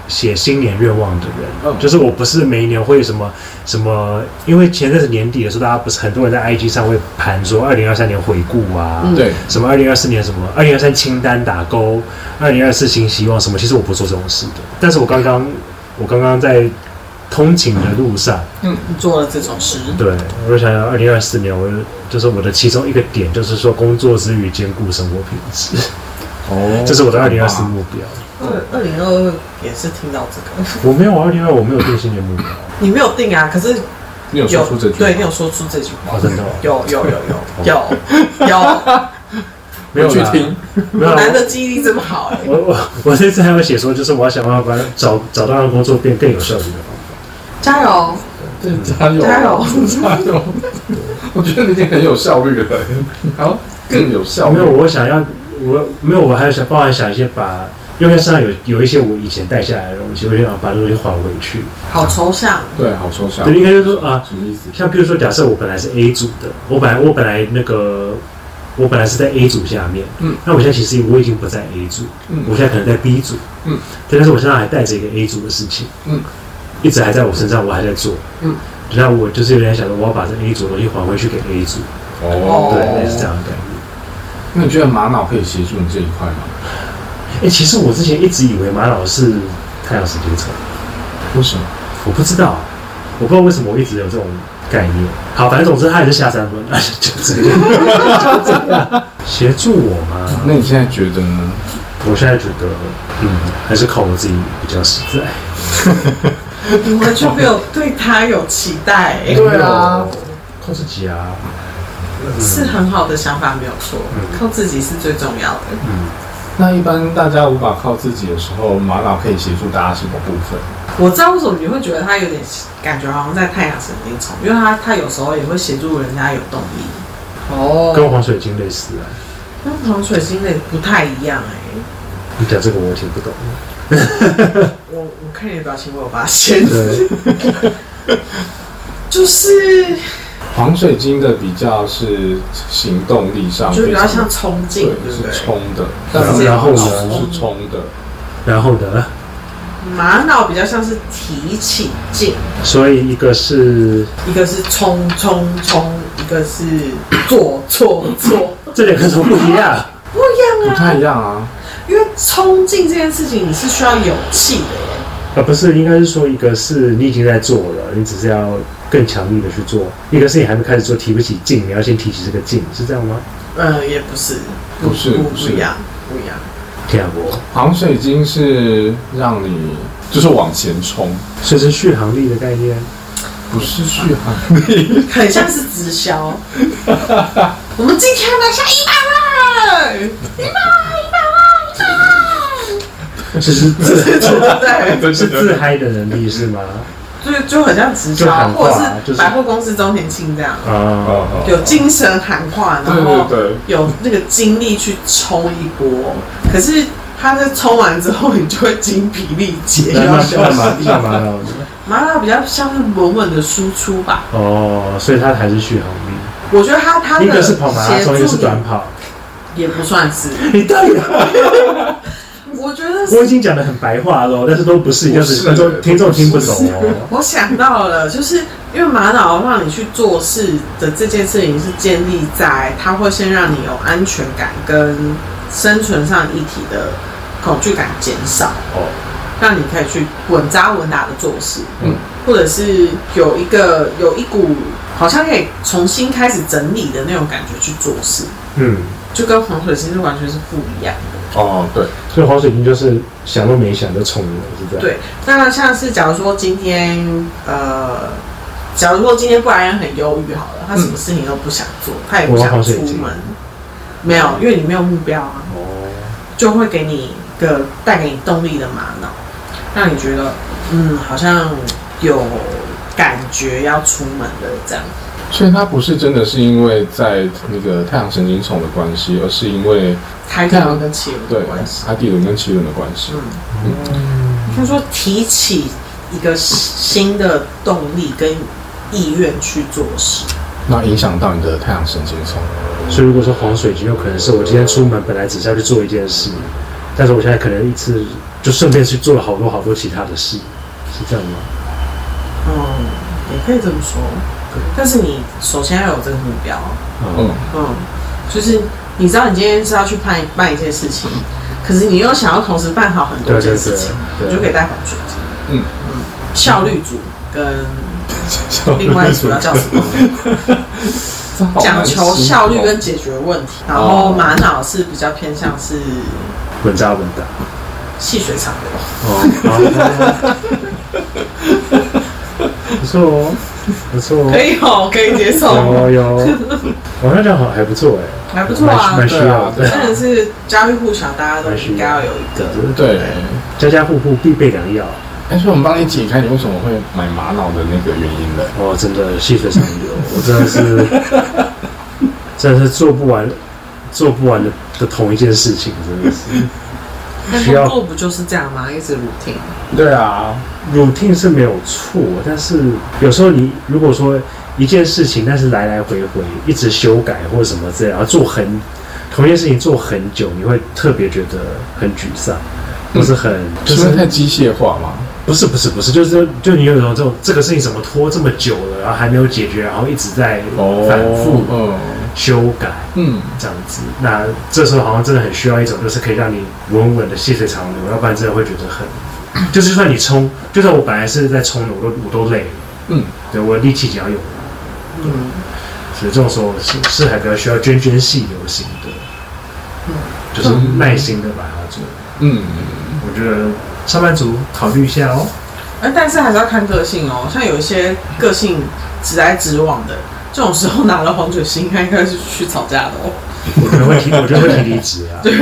S3: 写新年愿望的人，
S1: 嗯
S3: 就是我不是每一年会什么什么，因为前阵子年底的时候，大家不是很多人在 IG 上会盘说二零二三年回顾啊，
S2: 嗯
S1: 对，
S3: 什么二零二四年什么二零二三清单打勾，二零二四新希望什么，其实我不做这种事的。但是我刚刚我刚刚在通勤的路上，
S2: 你做了这种事，
S3: 对我就想想二零二四年，我就就是我的其中一个点就是说工作之余兼顾生活品质，
S1: 哦
S3: 这是我的二零二四目标。
S2: 二二零二二也是听到这个，
S3: 我没有二零二，我没有定新年目标，
S2: 你没有定啊，可是
S1: 你有说出这句吗？
S3: 哦
S2: 对，你有说出这句话
S3: 哦，，真的哦、
S2: 有有有有有有，
S3: 没有
S1: 去
S3: 啦
S1: 听，
S3: 没有啦。啊
S2: 男的记忆力这么好哎、
S3: 我我我这次还有写说，就是我要想办法找找到让工作变更有效率的方法。
S2: 加油！
S1: 加油
S2: 加油
S1: 加油！我觉得你已经很有效率了，然后更有效率
S3: 哦没。有，我想要我没有，我还想包含想一些把，因为身上有有一些我以前带下来的东西，我就想把这个东西还回去。
S2: 好抽象，
S1: 对，好抽象
S3: 对，。应该就是说啊，
S1: 什么意思？
S3: 像比如说，假设我本来是 A 组的，我本来我本来那个我本来是在 A 组下面，
S1: 嗯，
S3: 那我现在其实我已经不在 A 组，
S1: 嗯
S3: 我现在可能在 B 组，
S1: 嗯，
S3: 对，但是我身上还带着一个 A 组的事情，
S1: 嗯，
S3: 一直还在我身上，我还在做，
S1: 嗯，
S3: 那我就是有点想说，我要把这 A 组的东西还回去给 A 组，
S1: 哦，
S3: 对，类似这样的概念。
S1: 那你觉得玛瑙可以协助你这一块吗？
S3: 哎，其实我之前一直以为玛瑙是太阳神经丛，
S1: 为什么？
S3: 我不知道，我不知道为什么我一直有这种概念。好，反正总之他也是下三分，就这样，就 这样。协助我吗？
S1: 那你现在觉得呢？
S3: 我现在觉得，嗯，还是靠我自己比较实在。
S2: 你完全没有对他有期待、欸，
S1: 对啊，
S3: 靠自己啊。
S2: 是很好的想法，没有错，靠自己是最重要的。
S1: 那一般大家无法靠自己的时候，玛瑙可以协助大家什么部分？
S2: 我知道为什么你会觉得他有点感觉好像在太阳神经丛，因为他他有时候也会协助人家有动力。
S3: 跟
S2: 哦，
S3: 黄水晶类似啊。
S2: 跟糖水星的不太一样哎、
S3: 你讲这个我挺 不懂。
S2: 我我看你的表情，我有发现，
S3: 对，
S2: 就是
S1: 黄水晶的比较是行动力上，
S2: 就比较像冲劲，
S1: 对，
S2: 对不
S1: 是
S2: 对？
S1: 冲的。
S3: 然
S1: 但
S3: 后
S1: 是
S3: 然后呢
S2: 啊
S1: 是冲的，
S3: 然后呢？
S2: 玛瑙比较像是提起劲，
S3: 所以一个是
S2: 一个是冲冲冲，一个是做做做，
S3: 这两个怎么不一样？
S2: 不一
S1: 不
S2: 样啊。
S1: 太一样啊。
S2: 因为冲劲这件事情，你是需要勇气的耶。
S3: 啊，不是，应该是说一个是你已经在做了，你只是要更强力的去做；一个是你还没开始做，提不起劲，你要先提起这个劲，是这样吗？
S2: 呃，也不是，
S1: 不是
S2: 不
S1: 不
S2: 不
S1: 是
S2: 一样，不一样。
S3: 天啊，我
S1: 黄水晶是让你就是往前冲，
S3: 所以是续航力的概念。
S1: 不是续航力。
S2: 很像是直销。我们今天拿下一百万，
S3: 是是自
S2: 对
S1: 对
S3: 是自嗨的能力是吗？
S2: 不对？就就很像直
S3: 就
S2: 销，
S3: 喊话
S2: 或者
S3: 就是
S2: 是百货公司周年庆这样，
S3: 啊，
S2: 有精神喊话，然
S1: 对
S2: 后
S1: 对对
S2: 有那个精力去冲一波。可是他在冲完之后，你就会精疲力竭，又
S3: 那
S2: 要
S3: 那
S2: 休
S3: 那
S2: 息。
S3: 嘛那嘛要
S2: 麻辣比较像是稳稳的输出吧，
S3: 哦，所以它还是续航力。
S2: 我觉得他他
S3: 一个
S2: 的
S3: 是跑马拉
S2: 协助
S3: 松，一个是
S2: 你
S3: 短跑。
S2: 也不算是，
S3: 你到底？
S2: 我觉得是
S3: 我已经讲的很白话了哦，但是都不是，
S1: 不
S3: 要
S1: 是
S3: 是观众听众听不懂
S1: 不是
S3: 哦。
S2: 我想到了，就是因为玛瑙让你去做事的这件事情是建立在它会先让你有安全感跟生存上一体的恐惧感减少，
S3: 哦，
S2: 让你可以去稳扎稳打的做事，
S1: 嗯
S2: 嗯，或者是有一个有一股好像可以重新开始整理的那种感觉去做事，
S3: 嗯，
S2: 就跟黄水星是完全是不一样的。
S1: 哦，对，
S3: 所以黄水晶就是想都没想就冲了，是这样。
S2: 对，那像是假如说今天呃，假如说今天布莱恩很忧郁好了，他什么事情都不想做，他也不想出门，没有，因为你没有目标啊，
S3: 哦，
S2: 就会给你一个带给你动力的玛瑙，让你觉得嗯，好像有感觉要出门了这样。
S1: 所以它不是真的是因为在那个太阳神经丛的关系，而是因为
S2: 开
S1: 对啊
S2: 头跟起有
S1: 对
S2: 的关系，
S1: 阿地轮跟奇轮的关系
S2: 嗯。，他说提起一个新的动力跟意愿去做事。
S1: 那影响到你的太阳神经丛。
S3: 所以如果说黄水晶，有可能是我今天出门本来只是要去做一件事，但是我现在可能一次就顺便去做了好多好多其他的事，是这样吗？
S2: 嗯，也可以这么说。但是你首先要有这个目标，
S1: 嗯
S3: 哦，，
S2: 嗯，就是你知道你今天是要去办办一件事情，可是你又想要同时办好很多
S3: 对啊对
S2: 件
S3: 对
S2: 事情，
S3: 对
S2: 啊你就可以带黄水晶。
S1: 嗯
S2: 效率组跟另外一组要叫什么？
S1: 嗯
S2: 讲求效率跟解决问题。然后玛瑙是比较偏向是
S3: 稳扎稳打。
S2: 细水长流，
S3: 哦，好， 不错哦，不错哦
S2: 可，以哦，可以接受。
S3: 有有，我那这样好还不错哎，
S2: 还不错啊
S3: 蛮，需
S1: 对
S3: 要
S1: 啊，
S3: 的，
S1: 对
S2: 真的
S1: 啊，
S2: 是家喻户晓，大家都应该要有一个。
S1: 对。
S3: 家家户户必备良药。
S1: 但是我们帮你解开你为什么会买玛瑙的那个原因了。
S3: 哦，真的细水长流，我真的是，真的是做不完，做不完的的同一件事情，真的是。
S2: 那
S3: 需要
S2: 工作不就是这样吗？一直 routine。
S1: 对啊，
S3: routine 是没有错，但是有时候你如果说一件事情，但是来来回回一直修改或者什么之类，然后做很同一件事情做很久，你会特别觉得很沮丧，或是很、就是
S1: 因为太
S3: 是
S1: 机械化嘛。
S3: 不是不是不是，就是就你有一种这种这个事情怎么拖这么久了，然后还没有解决，然后一直在反复
S1: 哦
S3: 修改。
S1: 嗯嗯，
S3: 这样子，那这时候好像真的很需要一种，就是可以让你稳稳的细水长流，要不然真的会觉得很，就是就算你冲，就算我本来是在冲的，我都我都累了，
S1: 嗯，
S3: 对我力气已经要用了，
S2: 嗯，
S3: 所以这种时候是是还比较需要涓涓细流型的，
S2: 嗯
S3: 就是耐心的把它做。
S1: 嗯，
S3: 我觉得上班族考虑一下哦，
S2: 哎，但是还是要看个性哦。像有一些个性直来直往的，这种时候拿了黄酒心，应该是去吵架的哦，
S3: 我觉得会提，我觉得会提离职 啊，对，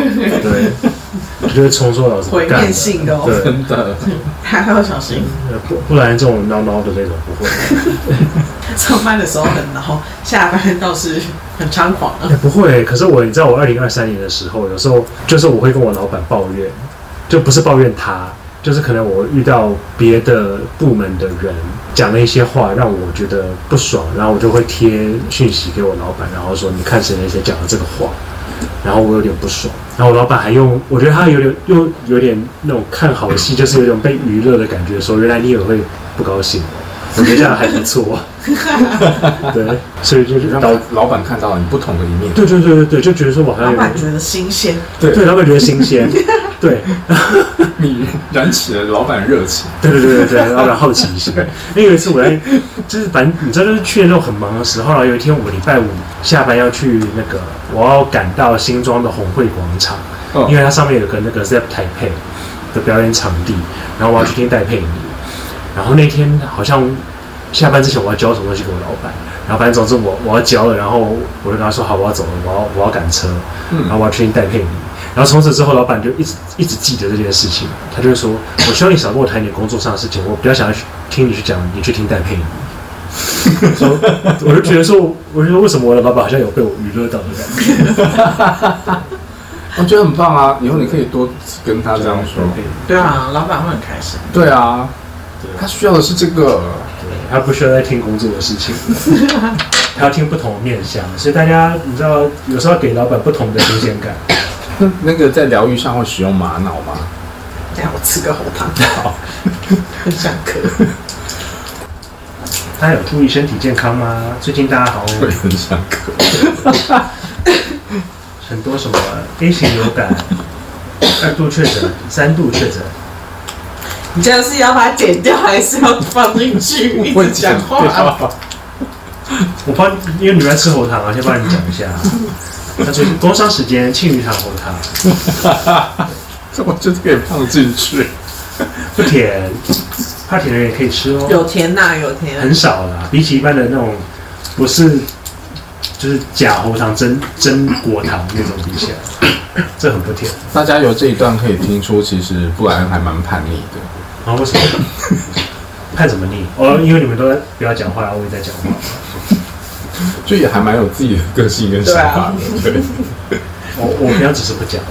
S3: 我觉得冲错老师
S2: 毁灭性的哦
S3: 对，
S1: 真的，
S2: 还要小心。
S3: 不不然这种孬孬的那种不会。
S2: 上班的时候很挠，下班倒是很猖狂啊。
S3: 哎不会，可是我你知道，我二零二三年的时候，有时候就是我会跟我老板抱怨，就不是抱怨他，就是可能我遇到别的部门的人讲了一些话，让我觉得不爽，然后我就会贴讯息给我老板，然后说你看谁谁谁讲了这个话，然后我有点不爽，然后我老板还用，我觉得他有点又有点那种看好戏，就是有种被娱乐的感觉，说原来你也会不高兴哦，我觉得这样还不错，对，所以就是
S1: 让
S3: 导
S1: 老板看到你不同的一 面。
S3: 对对对对对，就觉得说我好像
S2: 老
S3: 有
S2: 板觉得新鲜，
S3: 对他们觉得新鲜，对
S1: 你燃起了老板热情。
S3: 对对对对对，然后好奇心。因为有一次我在，就是反正你知道，就是去年那种很忙的时候，然后有一天我礼拜五下班要去那个，我要赶到新庄的红会广场，
S1: 嗯
S3: 因为它上面有个那个 Zep 台配的表演场地，然后我要去听戴佩妮，然后那天好像下班之前我要交什么东西给我老板，然后反正总之我我要交了，然后我就跟他说好，我要走了，我要我要赶车，
S1: 嗯
S3: 然后我要去听戴佩妮，然后从此之后老板就一直一直记得这件事情，他就会说，我希望你少跟我谈你工作上的事情，我比较想要去听你去讲，你去听戴佩妮。说，我就觉得说，我就说为什么我的老板好像有被我娱乐到的感觉？
S1: 我觉得很棒啊！以后你可以多跟他这样说。
S2: 对啊，老板会很开心。
S1: 对啊，他需要的是这个。
S3: 他不需要再听工作的事情，他要听不同的面向，所以大家你知道，有时候要给老板不同的新鲜感。
S1: 那个在疗愈上会使用玛瑙吗？
S2: 等一下我吃个喉 糖，很想咳。
S3: 大家有注意身体健康吗？最近大家好，
S1: 会很想咳。
S3: 很多什么 A 型流感，二度确诊，三度确诊，
S2: 你这样是要把它剪掉，还是要放进去？一直讲话，
S3: 我帮，因为你们在吃喉糖啊，先帮你讲一下。那最近工商时间，庆余堂喉糖
S1: 这我就是可以放进去。
S3: 不甜，怕甜的人也可以吃哦。
S2: 有甜呐、有甜、啊
S3: 很少啦，比起一般的那种不是就是假喉糖真真果糖那种比起来，这很不甜。
S1: 大家由这一段可以听出，其实布莱恩还蛮叛逆的。
S3: 然后为什么？看什么腻？哦，因为你们都在不要讲话，我也在讲话。
S1: 就也还蛮有自己的个性跟想法的，对，啊
S3: 我我不要只是不讲。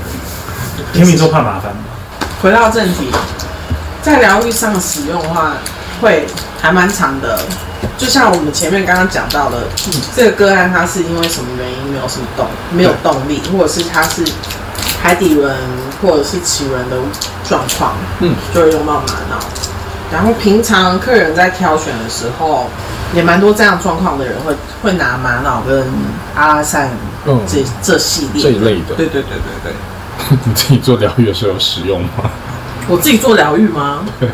S3: 天秤座怕麻烦嘛，
S2: 回到正题，在疗愈上使用的话，会还蛮长的。就像我们前面刚刚讲到的，这个个案它是因为什么原因没有什么动，没有动力，或者是它是海底轮或者是脐轮的状况，
S1: 嗯，
S2: 就会用到玛瑙。然后平常客人在挑选的时候，也蛮多这样状况的人会会拿玛瑙跟阿拉善
S1: 嗯，
S2: 这这系列
S1: 这一类的，
S2: 对对对对对，
S1: 你 自己做疗愈的时候有使用吗？
S2: 我自己做疗愈吗？
S1: 对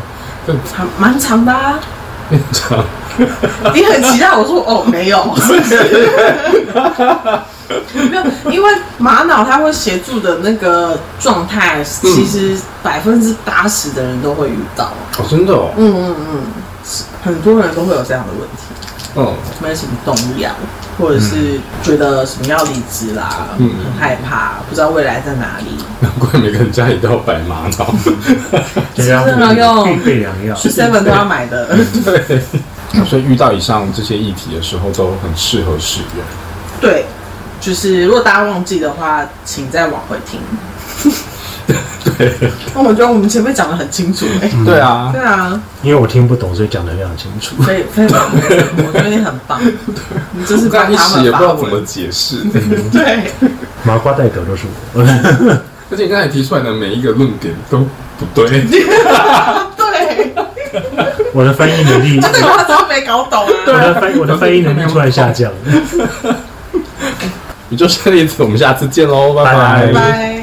S2: 还蛮长的啊。
S1: 这样
S2: 你很期待我说哦没有， 没有，因为玛瑙它会协助的那个状态，其实百分之八十的人都会遇到。
S1: 哦，真的哦，
S2: 嗯嗯嗯嗯，是很多人都会有这样的问题，
S1: 嗯，
S2: 没什么动力啊。或者是觉得什么要离职啦，
S1: 嗯
S2: 很害怕，不知道未来在哪里，
S1: 难怪每个人家里都有白玛瑙。
S2: 吃这个
S3: 必
S2: 用
S3: 备良药。
S2: 去 seven 都要买的。
S1: 对， 所以遇到以上这些议题的时候，都很适合使用。
S2: 对，就是如果大家忘记的话，请再往回听。
S1: 对，
S2: 那我觉得我们前面讲的很清楚哎、
S1: 对啊
S2: 对，啊，
S4: 因为我听不懂，所以讲的非常清楚。
S2: 所以非常，我觉得你很棒，你就是
S1: 刚
S2: 帮
S1: 一
S2: 他
S1: 时也
S2: 们
S1: 不
S2: 把
S1: 知道怎么
S2: 握。
S1: 解释，
S2: 对，
S4: 麻瓜代表都是我，
S1: 而且刚才提出来的每一个论点都不 对。
S2: 哦对，
S4: 我的翻译能力，
S2: 这个我真的没搞懂
S4: 我
S2: 啊。
S4: 的翻我的翻译能力突然下降。
S1: 宇宙这例子，我们下次见喽，拜
S4: 拜
S2: 拜。